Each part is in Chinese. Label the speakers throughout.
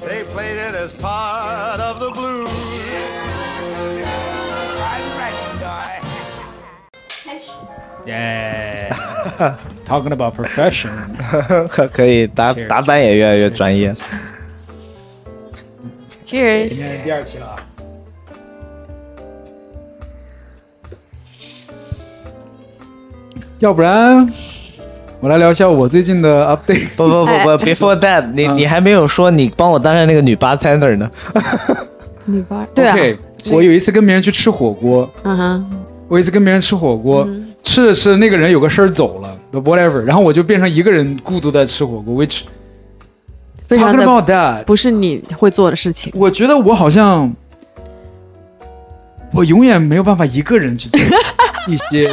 Speaker 1: They played it as part of the blues.
Speaker 2: Talking about profession，
Speaker 3: 可可以打打板也越来越专业。
Speaker 2: 今天是
Speaker 4: Cheers！
Speaker 2: 第二期了啊。要不然我来聊一下我最近的 update。
Speaker 3: 不不不
Speaker 4: 哎
Speaker 3: 不，Before that，你你还没有说你帮我担任那个女 bartender 呢。
Speaker 4: 女班对啊，
Speaker 2: OK，我有一次跟别人去吃火锅，
Speaker 4: 嗯哼，
Speaker 2: 我有一次跟别人吃火锅，
Speaker 4: 嗯
Speaker 2: 吃着吃着那个人有个事儿走了，but，whatever，然后我就变成一个人孤独的吃火锅，which
Speaker 4: 非常
Speaker 2: talking
Speaker 4: 的
Speaker 2: about that，
Speaker 4: 不是你会做的事情。
Speaker 2: 我觉得我好像我永远没有办法一个人去 做一些，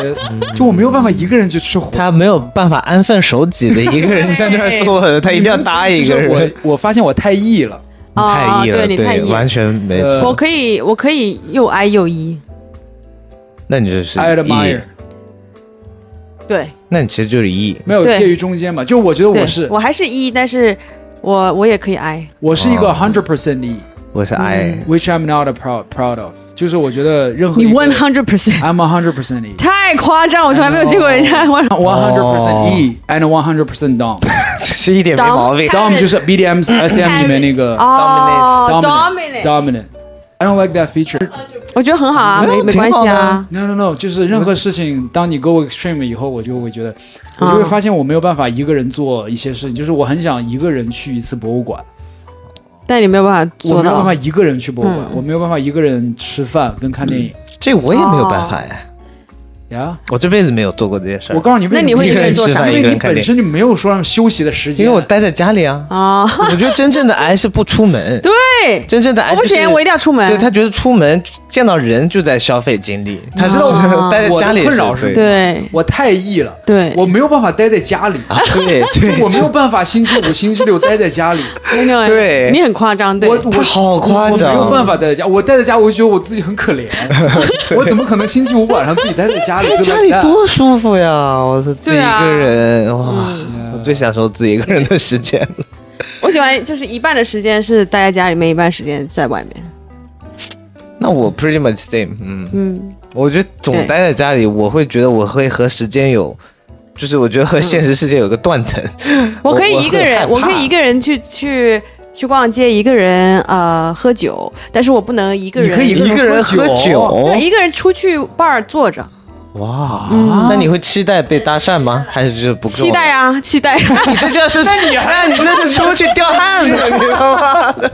Speaker 2: 就我没有办法一个人去吃火锅。
Speaker 3: 他没有办法安分守己的一个人在那儿做的，他一定要搭一个
Speaker 2: 就
Speaker 3: 人
Speaker 2: 是。我我发现我太 E 了，
Speaker 4: 啊，
Speaker 3: 太 E 了，
Speaker 4: 对你太 E
Speaker 3: 完全没。
Speaker 2: 呃
Speaker 4: 我可以，我可以又哀又 E。
Speaker 3: 那你就是
Speaker 2: I
Speaker 3: E，
Speaker 2: admire，
Speaker 4: 对，
Speaker 3: 那你其实就是 E。
Speaker 2: 没有
Speaker 4: 对
Speaker 2: 介于中间嘛。就我觉得
Speaker 4: 对
Speaker 2: 我是
Speaker 4: 我还是 E，但是我我也可以哀。
Speaker 2: 我是一个 hundred percent E，which
Speaker 3: 我
Speaker 4: 嗯
Speaker 3: 是 I，
Speaker 2: I'm not a proud proud of，就是我觉得任何
Speaker 4: 你
Speaker 2: 一个
Speaker 4: one hundred percent，
Speaker 2: I'm hundred percent E。
Speaker 4: 太夸张，我从来没有见过人家 one。
Speaker 2: One hundred percent E and one hundred percent Dom，Dom
Speaker 3: 是一点没毛病。
Speaker 4: Dom
Speaker 2: 就是 BDM SM 里面那个
Speaker 4: 哦
Speaker 2: dominant dominant。I don't like that feature。
Speaker 4: 我觉得很好啊，
Speaker 3: 没
Speaker 4: 没
Speaker 3: 有
Speaker 4: 没关系
Speaker 3: 挺好
Speaker 4: 啊
Speaker 3: 的。
Speaker 2: No no no，就是任何事情，当你 go extreme 以后，我就会觉得，我就会
Speaker 4: 啊
Speaker 2: 发现我没有办法一个人做一些事情，就是我很想一个人去一次博物馆，
Speaker 4: 但你没有办法
Speaker 2: 我没
Speaker 4: 做
Speaker 2: 有办
Speaker 4: 到
Speaker 2: 法。一个人去博物馆，
Speaker 4: 嗯
Speaker 2: 我没有办法一个人吃饭跟看电影
Speaker 3: 这我也没有
Speaker 4: 哦
Speaker 3: 办法呀，
Speaker 2: 呀。
Speaker 3: 我这辈子没有做过这些事
Speaker 2: 我
Speaker 3: 儿，
Speaker 2: 告诉你为什么，
Speaker 4: 嗯那你会一个人做啥
Speaker 2: 因为
Speaker 3: 一个
Speaker 2: 你
Speaker 3: 人看电影
Speaker 2: 本身就没有说让休息的时间。
Speaker 3: 因为我待在家里啊。
Speaker 4: 啊，
Speaker 3: 我觉得真正的 I 是不出门，
Speaker 4: 对，
Speaker 3: 真正的 I
Speaker 4: 我不
Speaker 3: 就是
Speaker 4: 行，我一定要出门。
Speaker 3: 对他觉得出门见到人就在消费精力，他是
Speaker 4: 啊
Speaker 3: 待在家里
Speaker 2: 我的困扰是
Speaker 3: 对
Speaker 4: 对
Speaker 2: 我太 E 了，
Speaker 4: 对，
Speaker 2: 我没有办法待在家里。
Speaker 3: 啊 对对，
Speaker 2: 我没有办法星期五、星期六待在家 里，
Speaker 4: I know，
Speaker 3: 对
Speaker 4: 你很夸张，对
Speaker 2: 我
Speaker 3: 他
Speaker 2: 我
Speaker 3: 好夸张
Speaker 2: 我没有办法待在家，我待在家我就觉得我自己很可 怜，我怎么可能星期五晚上自己待在家里？
Speaker 3: 在哎家里
Speaker 2: 就完蛋
Speaker 3: 多舒服呀！我是自己
Speaker 4: 对
Speaker 3: 一
Speaker 4: 啊
Speaker 3: 个人，哇，我最享受自己一个人的时间了。
Speaker 4: 我喜欢就是一半的时间是待在家里面，一半时间在外面。
Speaker 3: 那我 pretty much same，嗯，
Speaker 4: 嗯，
Speaker 3: 我觉得总
Speaker 4: 对
Speaker 3: 待在家里，我会觉得我会和时间有，就是我觉得和现实世界有个断 层。
Speaker 4: 我可以一个人，
Speaker 3: 我
Speaker 4: 我
Speaker 3: 很害怕
Speaker 4: 可以一个人去去去逛街，一个人呃喝酒，但是我不能一个人
Speaker 2: 你可以
Speaker 3: 一个人喝
Speaker 2: 喝酒
Speaker 3: 酒
Speaker 4: 对，一个人出去 bar 坐着，
Speaker 3: 哇，
Speaker 2: 啊
Speaker 3: 那你会期待被搭讪吗？还是就不够
Speaker 4: 期待啊，期待、啊。
Speaker 3: 你这就要 是，那你那你这是出去掉汉子，你知道吗？不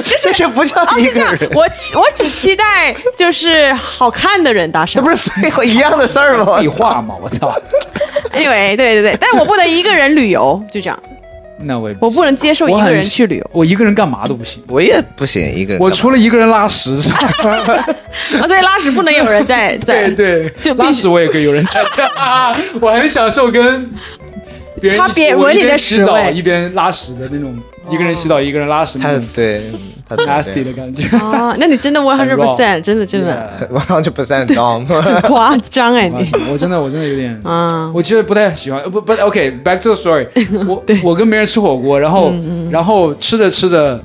Speaker 3: 是， 这是不叫一
Speaker 4: 哦是这
Speaker 3: 个
Speaker 4: 样
Speaker 3: 人，，
Speaker 4: 我期我只期待就是好看的人搭
Speaker 3: 这
Speaker 4: 讪
Speaker 3: 不。是废话一样的事儿吗
Speaker 2: 废？话 嘛，我操！
Speaker 4: Anyway，对对对，但我不能一个人旅游，就这样，
Speaker 2: 那我也
Speaker 4: 我不能接受一
Speaker 2: 我
Speaker 4: 个
Speaker 2: 很
Speaker 4: 人去旅游。
Speaker 2: 我一个人干嘛都不行，
Speaker 3: 我也不行，一个人干 嘛。
Speaker 2: 我除了一个人拉屎之外，
Speaker 4: 啊，所以拉屎不能有人在在。
Speaker 2: 对对，
Speaker 4: 就必须
Speaker 2: 拉屎我也可以有人 站啊，我很享受跟别人一起
Speaker 4: 他别
Speaker 2: 我一
Speaker 4: 闻你
Speaker 2: 边
Speaker 4: 的
Speaker 2: 洗
Speaker 4: 屎
Speaker 2: 澡
Speaker 4: 味
Speaker 2: 一边拉屎的那种，一个人洗澡一个人拉屎
Speaker 3: 他
Speaker 2: 那种
Speaker 3: 对他
Speaker 2: 嗯 nasty 的感觉。
Speaker 4: 啊，那你真的 one
Speaker 2: 很
Speaker 4: hundred
Speaker 2: 弱
Speaker 4: percent，真的真的
Speaker 2: Yeah
Speaker 3: 我上去不算 dom，
Speaker 4: 夸张哎 你。
Speaker 2: 啊我真的我真的有点，
Speaker 4: 嗯
Speaker 2: 我其实不太喜欢，呃不不，OK，back、to the story 我。我跟别人吃火锅，然后、
Speaker 4: 嗯
Speaker 2: 然后吃着吃着，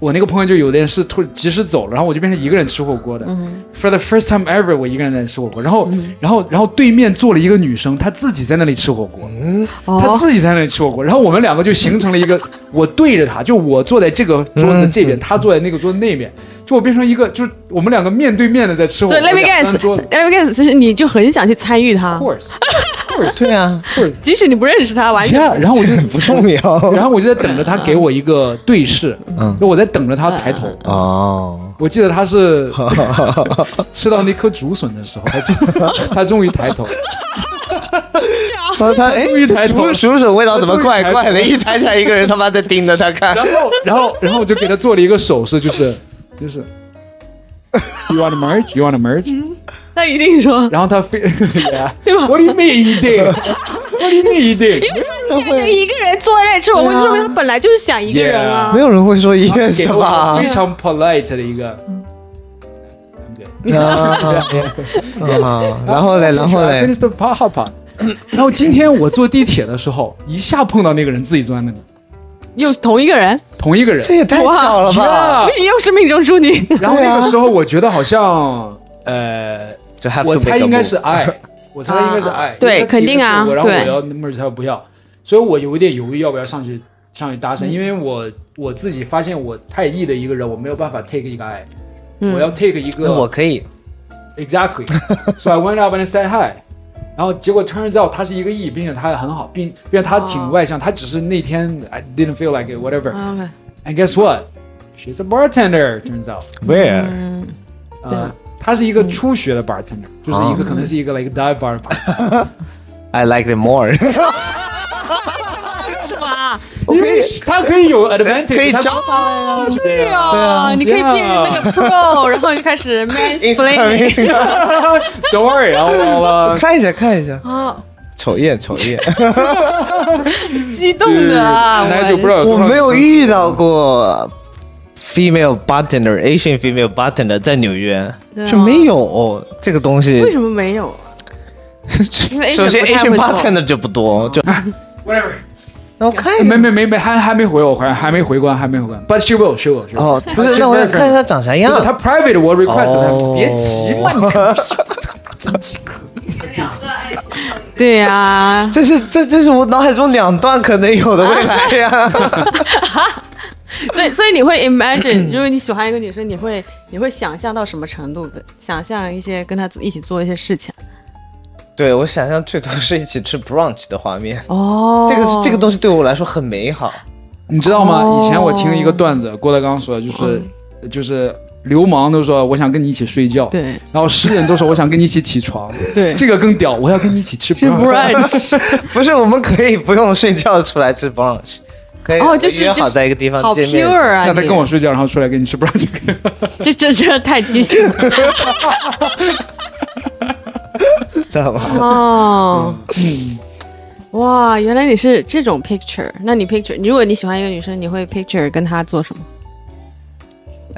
Speaker 2: 我那个朋友就有点事突及时走了，然后我就变成一个人吃火锅的。For
Speaker 4: 嗯
Speaker 2: the first time ever，我一个人在吃火锅，然后、然后然后对面坐了一个女生，她自己在那里吃火锅。他
Speaker 4: 哦，
Speaker 2: 自己在那里吃火锅，然后我们两个就形成了 一个，我对着他，就我坐在这个桌子的这
Speaker 4: 嗯
Speaker 2: 边，他坐在那个桌子那边，就我变成一个，就是我们两个面对面的在吃火
Speaker 4: 所
Speaker 2: 锅。
Speaker 4: 以 let me
Speaker 2: 两张 桌子
Speaker 4: guess，let me guess，就是你就很想去参与他
Speaker 2: of，course，
Speaker 3: 对啊，
Speaker 4: 即使你不认识他，完全
Speaker 2: 呀，然后我就
Speaker 3: 不重
Speaker 2: 然
Speaker 3: 要。
Speaker 2: 后我就在等着他给我一个对视，
Speaker 3: 嗯
Speaker 2: 就我在等着他抬头。
Speaker 3: 哦，
Speaker 2: 我记得他 是吃到那颗竹笋的时候，他 终他终于抬头，
Speaker 3: 他他哎，
Speaker 2: 终于抬头
Speaker 3: 数
Speaker 2: 了
Speaker 3: 数数味道怎么
Speaker 2: 他终于
Speaker 3: 怪
Speaker 2: 抬
Speaker 3: 怪的？
Speaker 2: 头了
Speaker 3: 一抬起来，一个人他妈在盯着他 看
Speaker 2: 然。后然后然后我就给他做了一个手势，就是就是，You want to merge? You want to merge?
Speaker 4: 他一定说，
Speaker 2: 然后他非
Speaker 4: 对吧
Speaker 2: What do you mean 一定？What do you mean 一定？
Speaker 4: 因为他你想一个人坐在那里吃火锅，
Speaker 3: 对啊
Speaker 4: 说明他本来就是想一个人啊
Speaker 3: 没。有人会说
Speaker 2: 他
Speaker 3: yes
Speaker 2: 给
Speaker 3: 的
Speaker 2: 了我
Speaker 3: 吧
Speaker 2: 非？常 polite 的一个。I'm good
Speaker 3: 啊啊！然后嘞，然后
Speaker 2: I
Speaker 3: 嘞，
Speaker 2: finished the pot hot pot 然后今天我坐地铁的时候，一下碰到那个人自己坐在那里，
Speaker 4: 又同一个人，
Speaker 2: 同一个人。
Speaker 3: 这也太巧了吧！
Speaker 2: Yeah
Speaker 4: 又是命中注定。
Speaker 2: 然后那个时候，我觉得好像，呃，
Speaker 3: 就啊 have to
Speaker 2: 我猜
Speaker 3: make a
Speaker 2: 应该是
Speaker 3: move
Speaker 2: I，我 猜应该是
Speaker 4: 啊
Speaker 2: I，
Speaker 4: 对
Speaker 2: 因为他提
Speaker 4: 肯定啊
Speaker 2: 了我然后我
Speaker 4: 对
Speaker 2: 要 merge 他不要，所以我有一点犹豫要不要上去上去搭讪，因为我我自己发现我太 E 的一个人，我没有办法 take 一个 I，我
Speaker 4: 嗯
Speaker 2: 要 take 一
Speaker 3: 那我
Speaker 2: 个
Speaker 3: 可以
Speaker 2: exactly，so I went up and said hi。然后结果 turns out 他是一个 E，并且他很好，并并且他挺
Speaker 4: 哦
Speaker 2: 外向，他只是那天 I didn't feel like it, whatever.
Speaker 4: 啊 OK，
Speaker 2: And guess what? She's a bartender. Turns out.
Speaker 5: Where？
Speaker 4: 嗯，对
Speaker 2: 呃，他是一
Speaker 3: 嗯
Speaker 2: 个初学的 bartender，、就是
Speaker 3: 啊
Speaker 2: 一个可能是一个 like dive bar bartender，、
Speaker 3: I like it more，
Speaker 4: 什么啊？
Speaker 2: 因为他可以有 advantage，
Speaker 3: 嗯可以
Speaker 2: 他
Speaker 3: 教
Speaker 2: 啊，
Speaker 4: 对啊，你可以变成那个 pro，然后就开始 mansplaining
Speaker 3: It's
Speaker 2: Don't worry，然后 我
Speaker 3: 看一下看一下，
Speaker 4: 啊，
Speaker 3: 瞅一眼瞅 一眼，
Speaker 4: 激动的啊，
Speaker 2: 奶酒不知道有
Speaker 3: 我
Speaker 2: 多少
Speaker 3: 没有遇到过 female bartender Asian female bartender 在纽约
Speaker 4: 对啊
Speaker 3: 就没有、这个东西
Speaker 4: 为。什么没有？因为 Asian
Speaker 3: 首先
Speaker 4: 不太
Speaker 3: Asian
Speaker 4: 会做
Speaker 3: bartender 就不多，就
Speaker 2: whatever，
Speaker 3: 那我看一
Speaker 2: 没
Speaker 3: 下。
Speaker 2: 没没没，还还没回我，还还没回关，还没回关，But she will，she will，she will。
Speaker 3: 哦，不是，那我想看一下他长啥样
Speaker 2: 不。是他 private，我 request 他，
Speaker 3: 哦
Speaker 2: 别急嘛，你
Speaker 4: 对啊呀，
Speaker 3: 这是这这是我脑海中两段可能有的未来呀。
Speaker 4: 啊 所以所以你会 imagine，就是你喜欢一个女生，你会你会想象到什么程度？想象一些跟她一起做一些事情。
Speaker 3: 对我想象最多是一起吃 brunch 的画面，
Speaker 4: 哦，
Speaker 3: 这个这个东西对我来说很美好。
Speaker 2: 你知道吗？
Speaker 4: 哦
Speaker 2: 以前我听一个段子，郭德纲说，就是
Speaker 3: 嗯
Speaker 2: 就是流氓都说我想跟你一起睡觉，
Speaker 4: 对
Speaker 2: 然后诗人都说我想跟你一起起床，
Speaker 4: 对
Speaker 2: 这个更屌，我要跟你一起吃
Speaker 4: 是
Speaker 2: brunch
Speaker 4: brunch，
Speaker 3: 不是，我们可以不用睡觉出来吃 brunch，可以
Speaker 4: 哦就是
Speaker 3: 约
Speaker 4: 就
Speaker 3: 好
Speaker 4: 是
Speaker 3: 在一个地方
Speaker 4: 好
Speaker 3: 见面。
Speaker 4: pure 啊！
Speaker 2: 让他
Speaker 4: 你
Speaker 2: 跟我睡觉，然后出来跟你吃 brunch。
Speaker 4: 这这这太畸 形了
Speaker 3: 知道吗？
Speaker 4: 哦。哇，原来你是这种 picture。那你 picture，如果你喜欢一个女生，你会 picture 跟她做什么？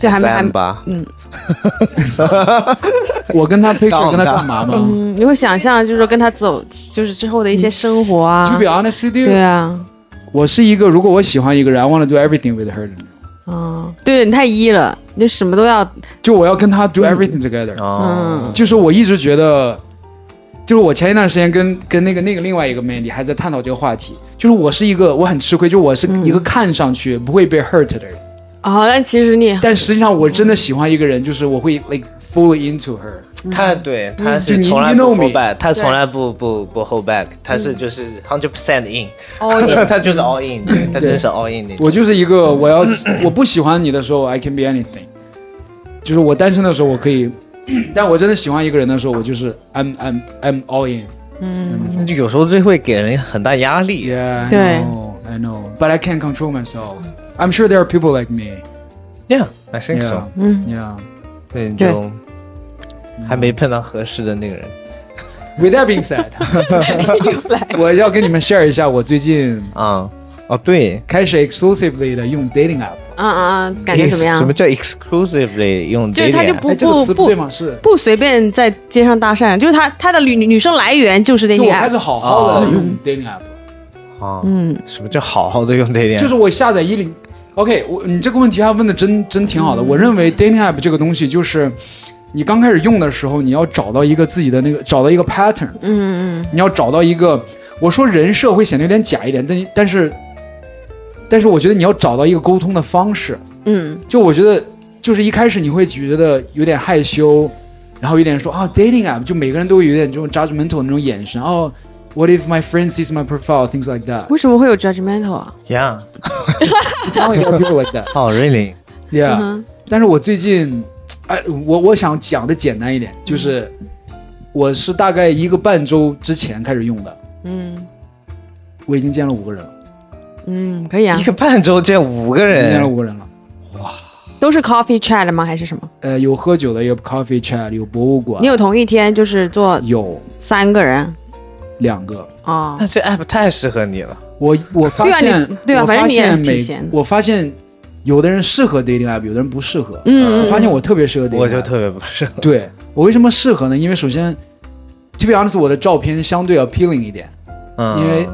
Speaker 4: 就还没还
Speaker 3: 三
Speaker 4: 没
Speaker 3: 吧，
Speaker 2: 我跟他 picture
Speaker 3: 当
Speaker 2: 跟他干嘛吗
Speaker 4: 嗯，你会想象就是说跟她走，就是之后的一些生活
Speaker 3: 嗯
Speaker 4: 啊
Speaker 2: ？To be，honest with
Speaker 4: 对
Speaker 2: you，
Speaker 4: 啊，
Speaker 2: 我是一个如果我喜欢一个人，I want to do everything with her，
Speaker 4: 嗯，对你太一了，你什么都要，
Speaker 2: 就我要跟他 do everything together。
Speaker 3: 哦，
Speaker 4: 嗯
Speaker 2: 就是我一直觉得，就是我前一段时间跟跟那个那个另外一个 Mandy 还在探讨这个话题，就是我是一个我很吃亏，就我是
Speaker 4: 嗯
Speaker 2: 一个看上去不会被 hurt 的人，
Speaker 4: 哦，但其实你
Speaker 2: 但实际上我真的喜欢一个人，就是我会 like fully into her。
Speaker 3: 他对他
Speaker 2: 就是你
Speaker 3: 从来
Speaker 2: you know
Speaker 3: 不
Speaker 2: me
Speaker 3: hold back，他从来不不不 hold back，他是就是 hundred percent in，
Speaker 4: 哦，你
Speaker 3: 他就是 all in，对他真是 all in 的。
Speaker 2: 我就是一个我要 我不喜欢你的时候，I can be anything，就是我单身的时候我可以， 但我真的喜欢一个人的时候，我就是 I'm I'm I'm all in。
Speaker 3: 那就有时候这会给人很大压力。
Speaker 2: Yeah, I
Speaker 4: 对
Speaker 2: know, I know, but I can't control myself. I'm sure there are people like me.
Speaker 3: Yeah，I think so
Speaker 2: Yeah,。
Speaker 4: 嗯
Speaker 2: yeah.
Speaker 3: 对，你
Speaker 4: 对
Speaker 3: 就还没碰到合适的那个人。
Speaker 2: With that being said，我要跟你们 share 一下我最近
Speaker 3: 啊、哦对，
Speaker 2: 开始 exclusively 的用 dating app。
Speaker 4: 嗯嗯，嗯，感觉怎么
Speaker 3: Ex- 什么
Speaker 4: 样？
Speaker 3: 叫 exclusively 用
Speaker 4: 就是他
Speaker 3: dating
Speaker 4: 就
Speaker 3: app？
Speaker 4: 不
Speaker 2: 哎，这个
Speaker 4: 不
Speaker 2: 词
Speaker 4: 不
Speaker 2: 对吗？是，
Speaker 4: 不随便在街上搭讪，就是他他的女女生来源就是那
Speaker 2: 就
Speaker 4: 些啊
Speaker 2: 我开始好好的用 dating app，
Speaker 3: 啊、
Speaker 4: 嗯，
Speaker 3: 什么叫好好的用 dating？app？
Speaker 2: 就是我下载一零。OK，我你这个问题还问的真真挺好的。我认为 dating app 这个东西就是。你刚开始用的时候，你要找到一个自己的那个，找到一个 pattern，
Speaker 4: 嗯嗯
Speaker 2: 你要找到一个，我说人设会显得有点假一点，但但是，但是我觉得你要找到一个沟通的方式，
Speaker 4: 嗯
Speaker 2: 就我觉得，就是一开始你会觉得有点害羞，然后有点说啊 dating app，就每个人都会有点这种 judgmental 的那种眼神。哦，What if my friend sees my profile？Things like that。
Speaker 4: 嗯， 为什么会有 judgmental 啊？
Speaker 3: Yeah，
Speaker 2: Telling people like that。
Speaker 3: 哦、really？
Speaker 4: 嗯
Speaker 2: Yeah。
Speaker 4: 哼
Speaker 2: 但是我最近，哎，我我想讲的简单一
Speaker 4: 嗯
Speaker 2: 点，就是我是大概一个半周之前开始用的，
Speaker 4: 嗯
Speaker 2: 我已经见了五个人了，
Speaker 4: 嗯，可以啊
Speaker 3: 一，个半周见五个
Speaker 4: 哎
Speaker 2: 已经见了
Speaker 3: 人，
Speaker 2: 五个人了。
Speaker 4: 都是 coffee chat 吗？还是什么？
Speaker 2: 呃，有喝酒的，有 coffee chat，有博物馆
Speaker 4: 你，有同一天就是做
Speaker 2: 有
Speaker 4: 三个人
Speaker 2: 两个。
Speaker 4: 啊？
Speaker 3: 那这 app 太适合你了。
Speaker 2: 我我发
Speaker 4: 对啊
Speaker 2: 现，
Speaker 4: 你对啊
Speaker 2: 我
Speaker 4: 反
Speaker 2: 发
Speaker 4: 正你也
Speaker 2: 现
Speaker 4: 挺闲
Speaker 2: 每
Speaker 4: 的
Speaker 2: 我发现有的人适合 dating app，有的人不适合。
Speaker 4: 嗯
Speaker 2: 我发现我特别适合 dating，
Speaker 3: 我就
Speaker 2: app
Speaker 3: 特别不适合。
Speaker 2: 对我为什么适合呢？因为首先，to be honest，我的照片相对 appealing 一点，
Speaker 3: 嗯，
Speaker 2: 因为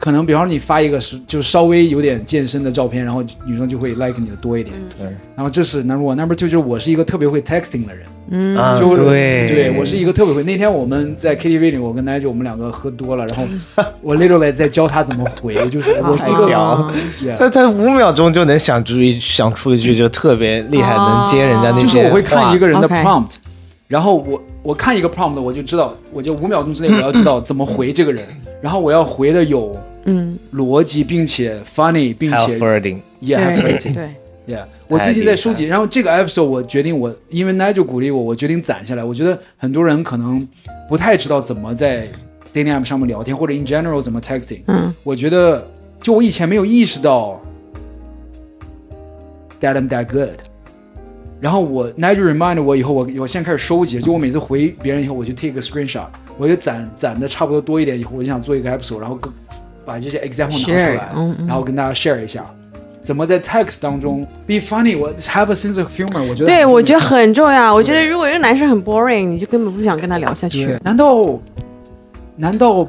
Speaker 2: 可能比方说你发一个是就稍微有点健身的照片，然后女生就会 like 你的多一点。
Speaker 3: 对，
Speaker 2: 然后这是 number one number two，就是我是一个特别会 texting 的人，嗯
Speaker 3: 啊
Speaker 2: 就
Speaker 3: 对
Speaker 2: 对我是一个特别会。那天我们在 KTV 里，我跟 Nigel 我们两个喝多了，然后我 literally 在教他怎么 回，就是我是一个
Speaker 3: 屌
Speaker 2: 对
Speaker 3: 他他五秒钟就能想出一想出一句就特别厉害，
Speaker 4: 哦
Speaker 3: 能接人家那些
Speaker 2: 就
Speaker 3: 话。
Speaker 2: 是我会看一个人的
Speaker 4: OK
Speaker 2: prompt，然后我我看一个 prompt，我就知道，我就五秒钟之内我要知道怎么回这个人，然后我要回的有
Speaker 4: 嗯，
Speaker 2: 逻辑，并且 funny，并
Speaker 3: 还有
Speaker 2: 且
Speaker 3: forwarding，
Speaker 2: yeah 还有
Speaker 4: 对
Speaker 2: flirting
Speaker 4: 对，
Speaker 2: yeah。我最近在收集，然后这个 episode 我决定我因为 Nigel 鼓励我，我决定攒下来。我觉得很多人可能不太知道怎么在 dating app 上面聊天，或者 in general 怎么 texting。
Speaker 4: 嗯
Speaker 2: 我觉得就我以前没有意识到 that I'm that good。然后我 Nigel remind 我以后，我我现在开始收集，就我每次回别人以后，我就 take 个 screenshot，我就攒攒的差不多多一点以后，我就想做一个 episode，然后更把这些 example 拿出来
Speaker 4: Share，嗯嗯
Speaker 2: 然后跟大家 share 一下，怎么在 text 当中 be funny，我 have a sense of humor，我觉得
Speaker 4: 对，我觉
Speaker 2: 得
Speaker 4: 得很重要。我觉得如果这个男生很 boring，你就根本不想跟他聊下去
Speaker 2: 对。，难道难道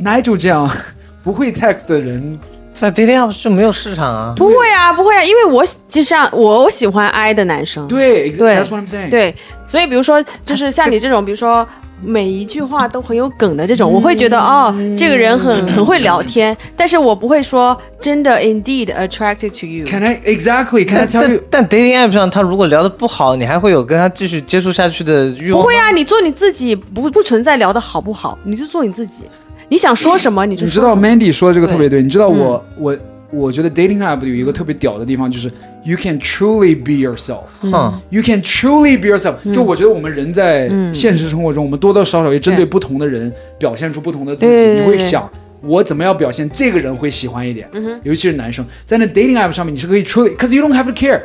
Speaker 2: Nigel 这样 不会 text 的人
Speaker 3: 在 dating app 就没有市场啊。
Speaker 4: 不会啊，不会啊，因为我喜就像我我喜欢 I 的男生，
Speaker 2: 对
Speaker 4: 对
Speaker 2: ，that's what I'm saying，
Speaker 4: 对，所以比如说就是像你这种，比如说每一句话都很有梗的这种，我会觉得哦，
Speaker 2: 嗯
Speaker 4: 这个人很很会聊天，但是我不会说真的 indeed attracted to you。
Speaker 2: Can I exactly? Can I
Speaker 3: 但
Speaker 2: tell
Speaker 3: 但
Speaker 2: you?
Speaker 3: 但 dating app 上，他如果聊的不好，你还会有跟他继续接触下去的欲望
Speaker 4: 不
Speaker 3: 吗？
Speaker 4: 会啊，你做你自己，不不存在聊的好不好，你就做你自己，你想说什么你就
Speaker 2: 你知
Speaker 4: 说
Speaker 2: 道
Speaker 4: 什么。
Speaker 2: Mandy 说的这个特别对。你知道
Speaker 4: 嗯
Speaker 2: 我、我我觉得 dating app 有一个特别屌的地方，就是 you can truly be yourself。
Speaker 3: 嗯，
Speaker 2: You can truly be yourself、就
Speaker 4: 嗯
Speaker 2: 我觉得我们人在现实生活中，我们多多少少也针对不同的人表现出不同的自己。
Speaker 4: 对对对嗯
Speaker 2: 你会想，我怎么样表现这个人会喜欢一点？尤其是男生，在那 dating app 上面，你是可以 truly，cause you don't have to care、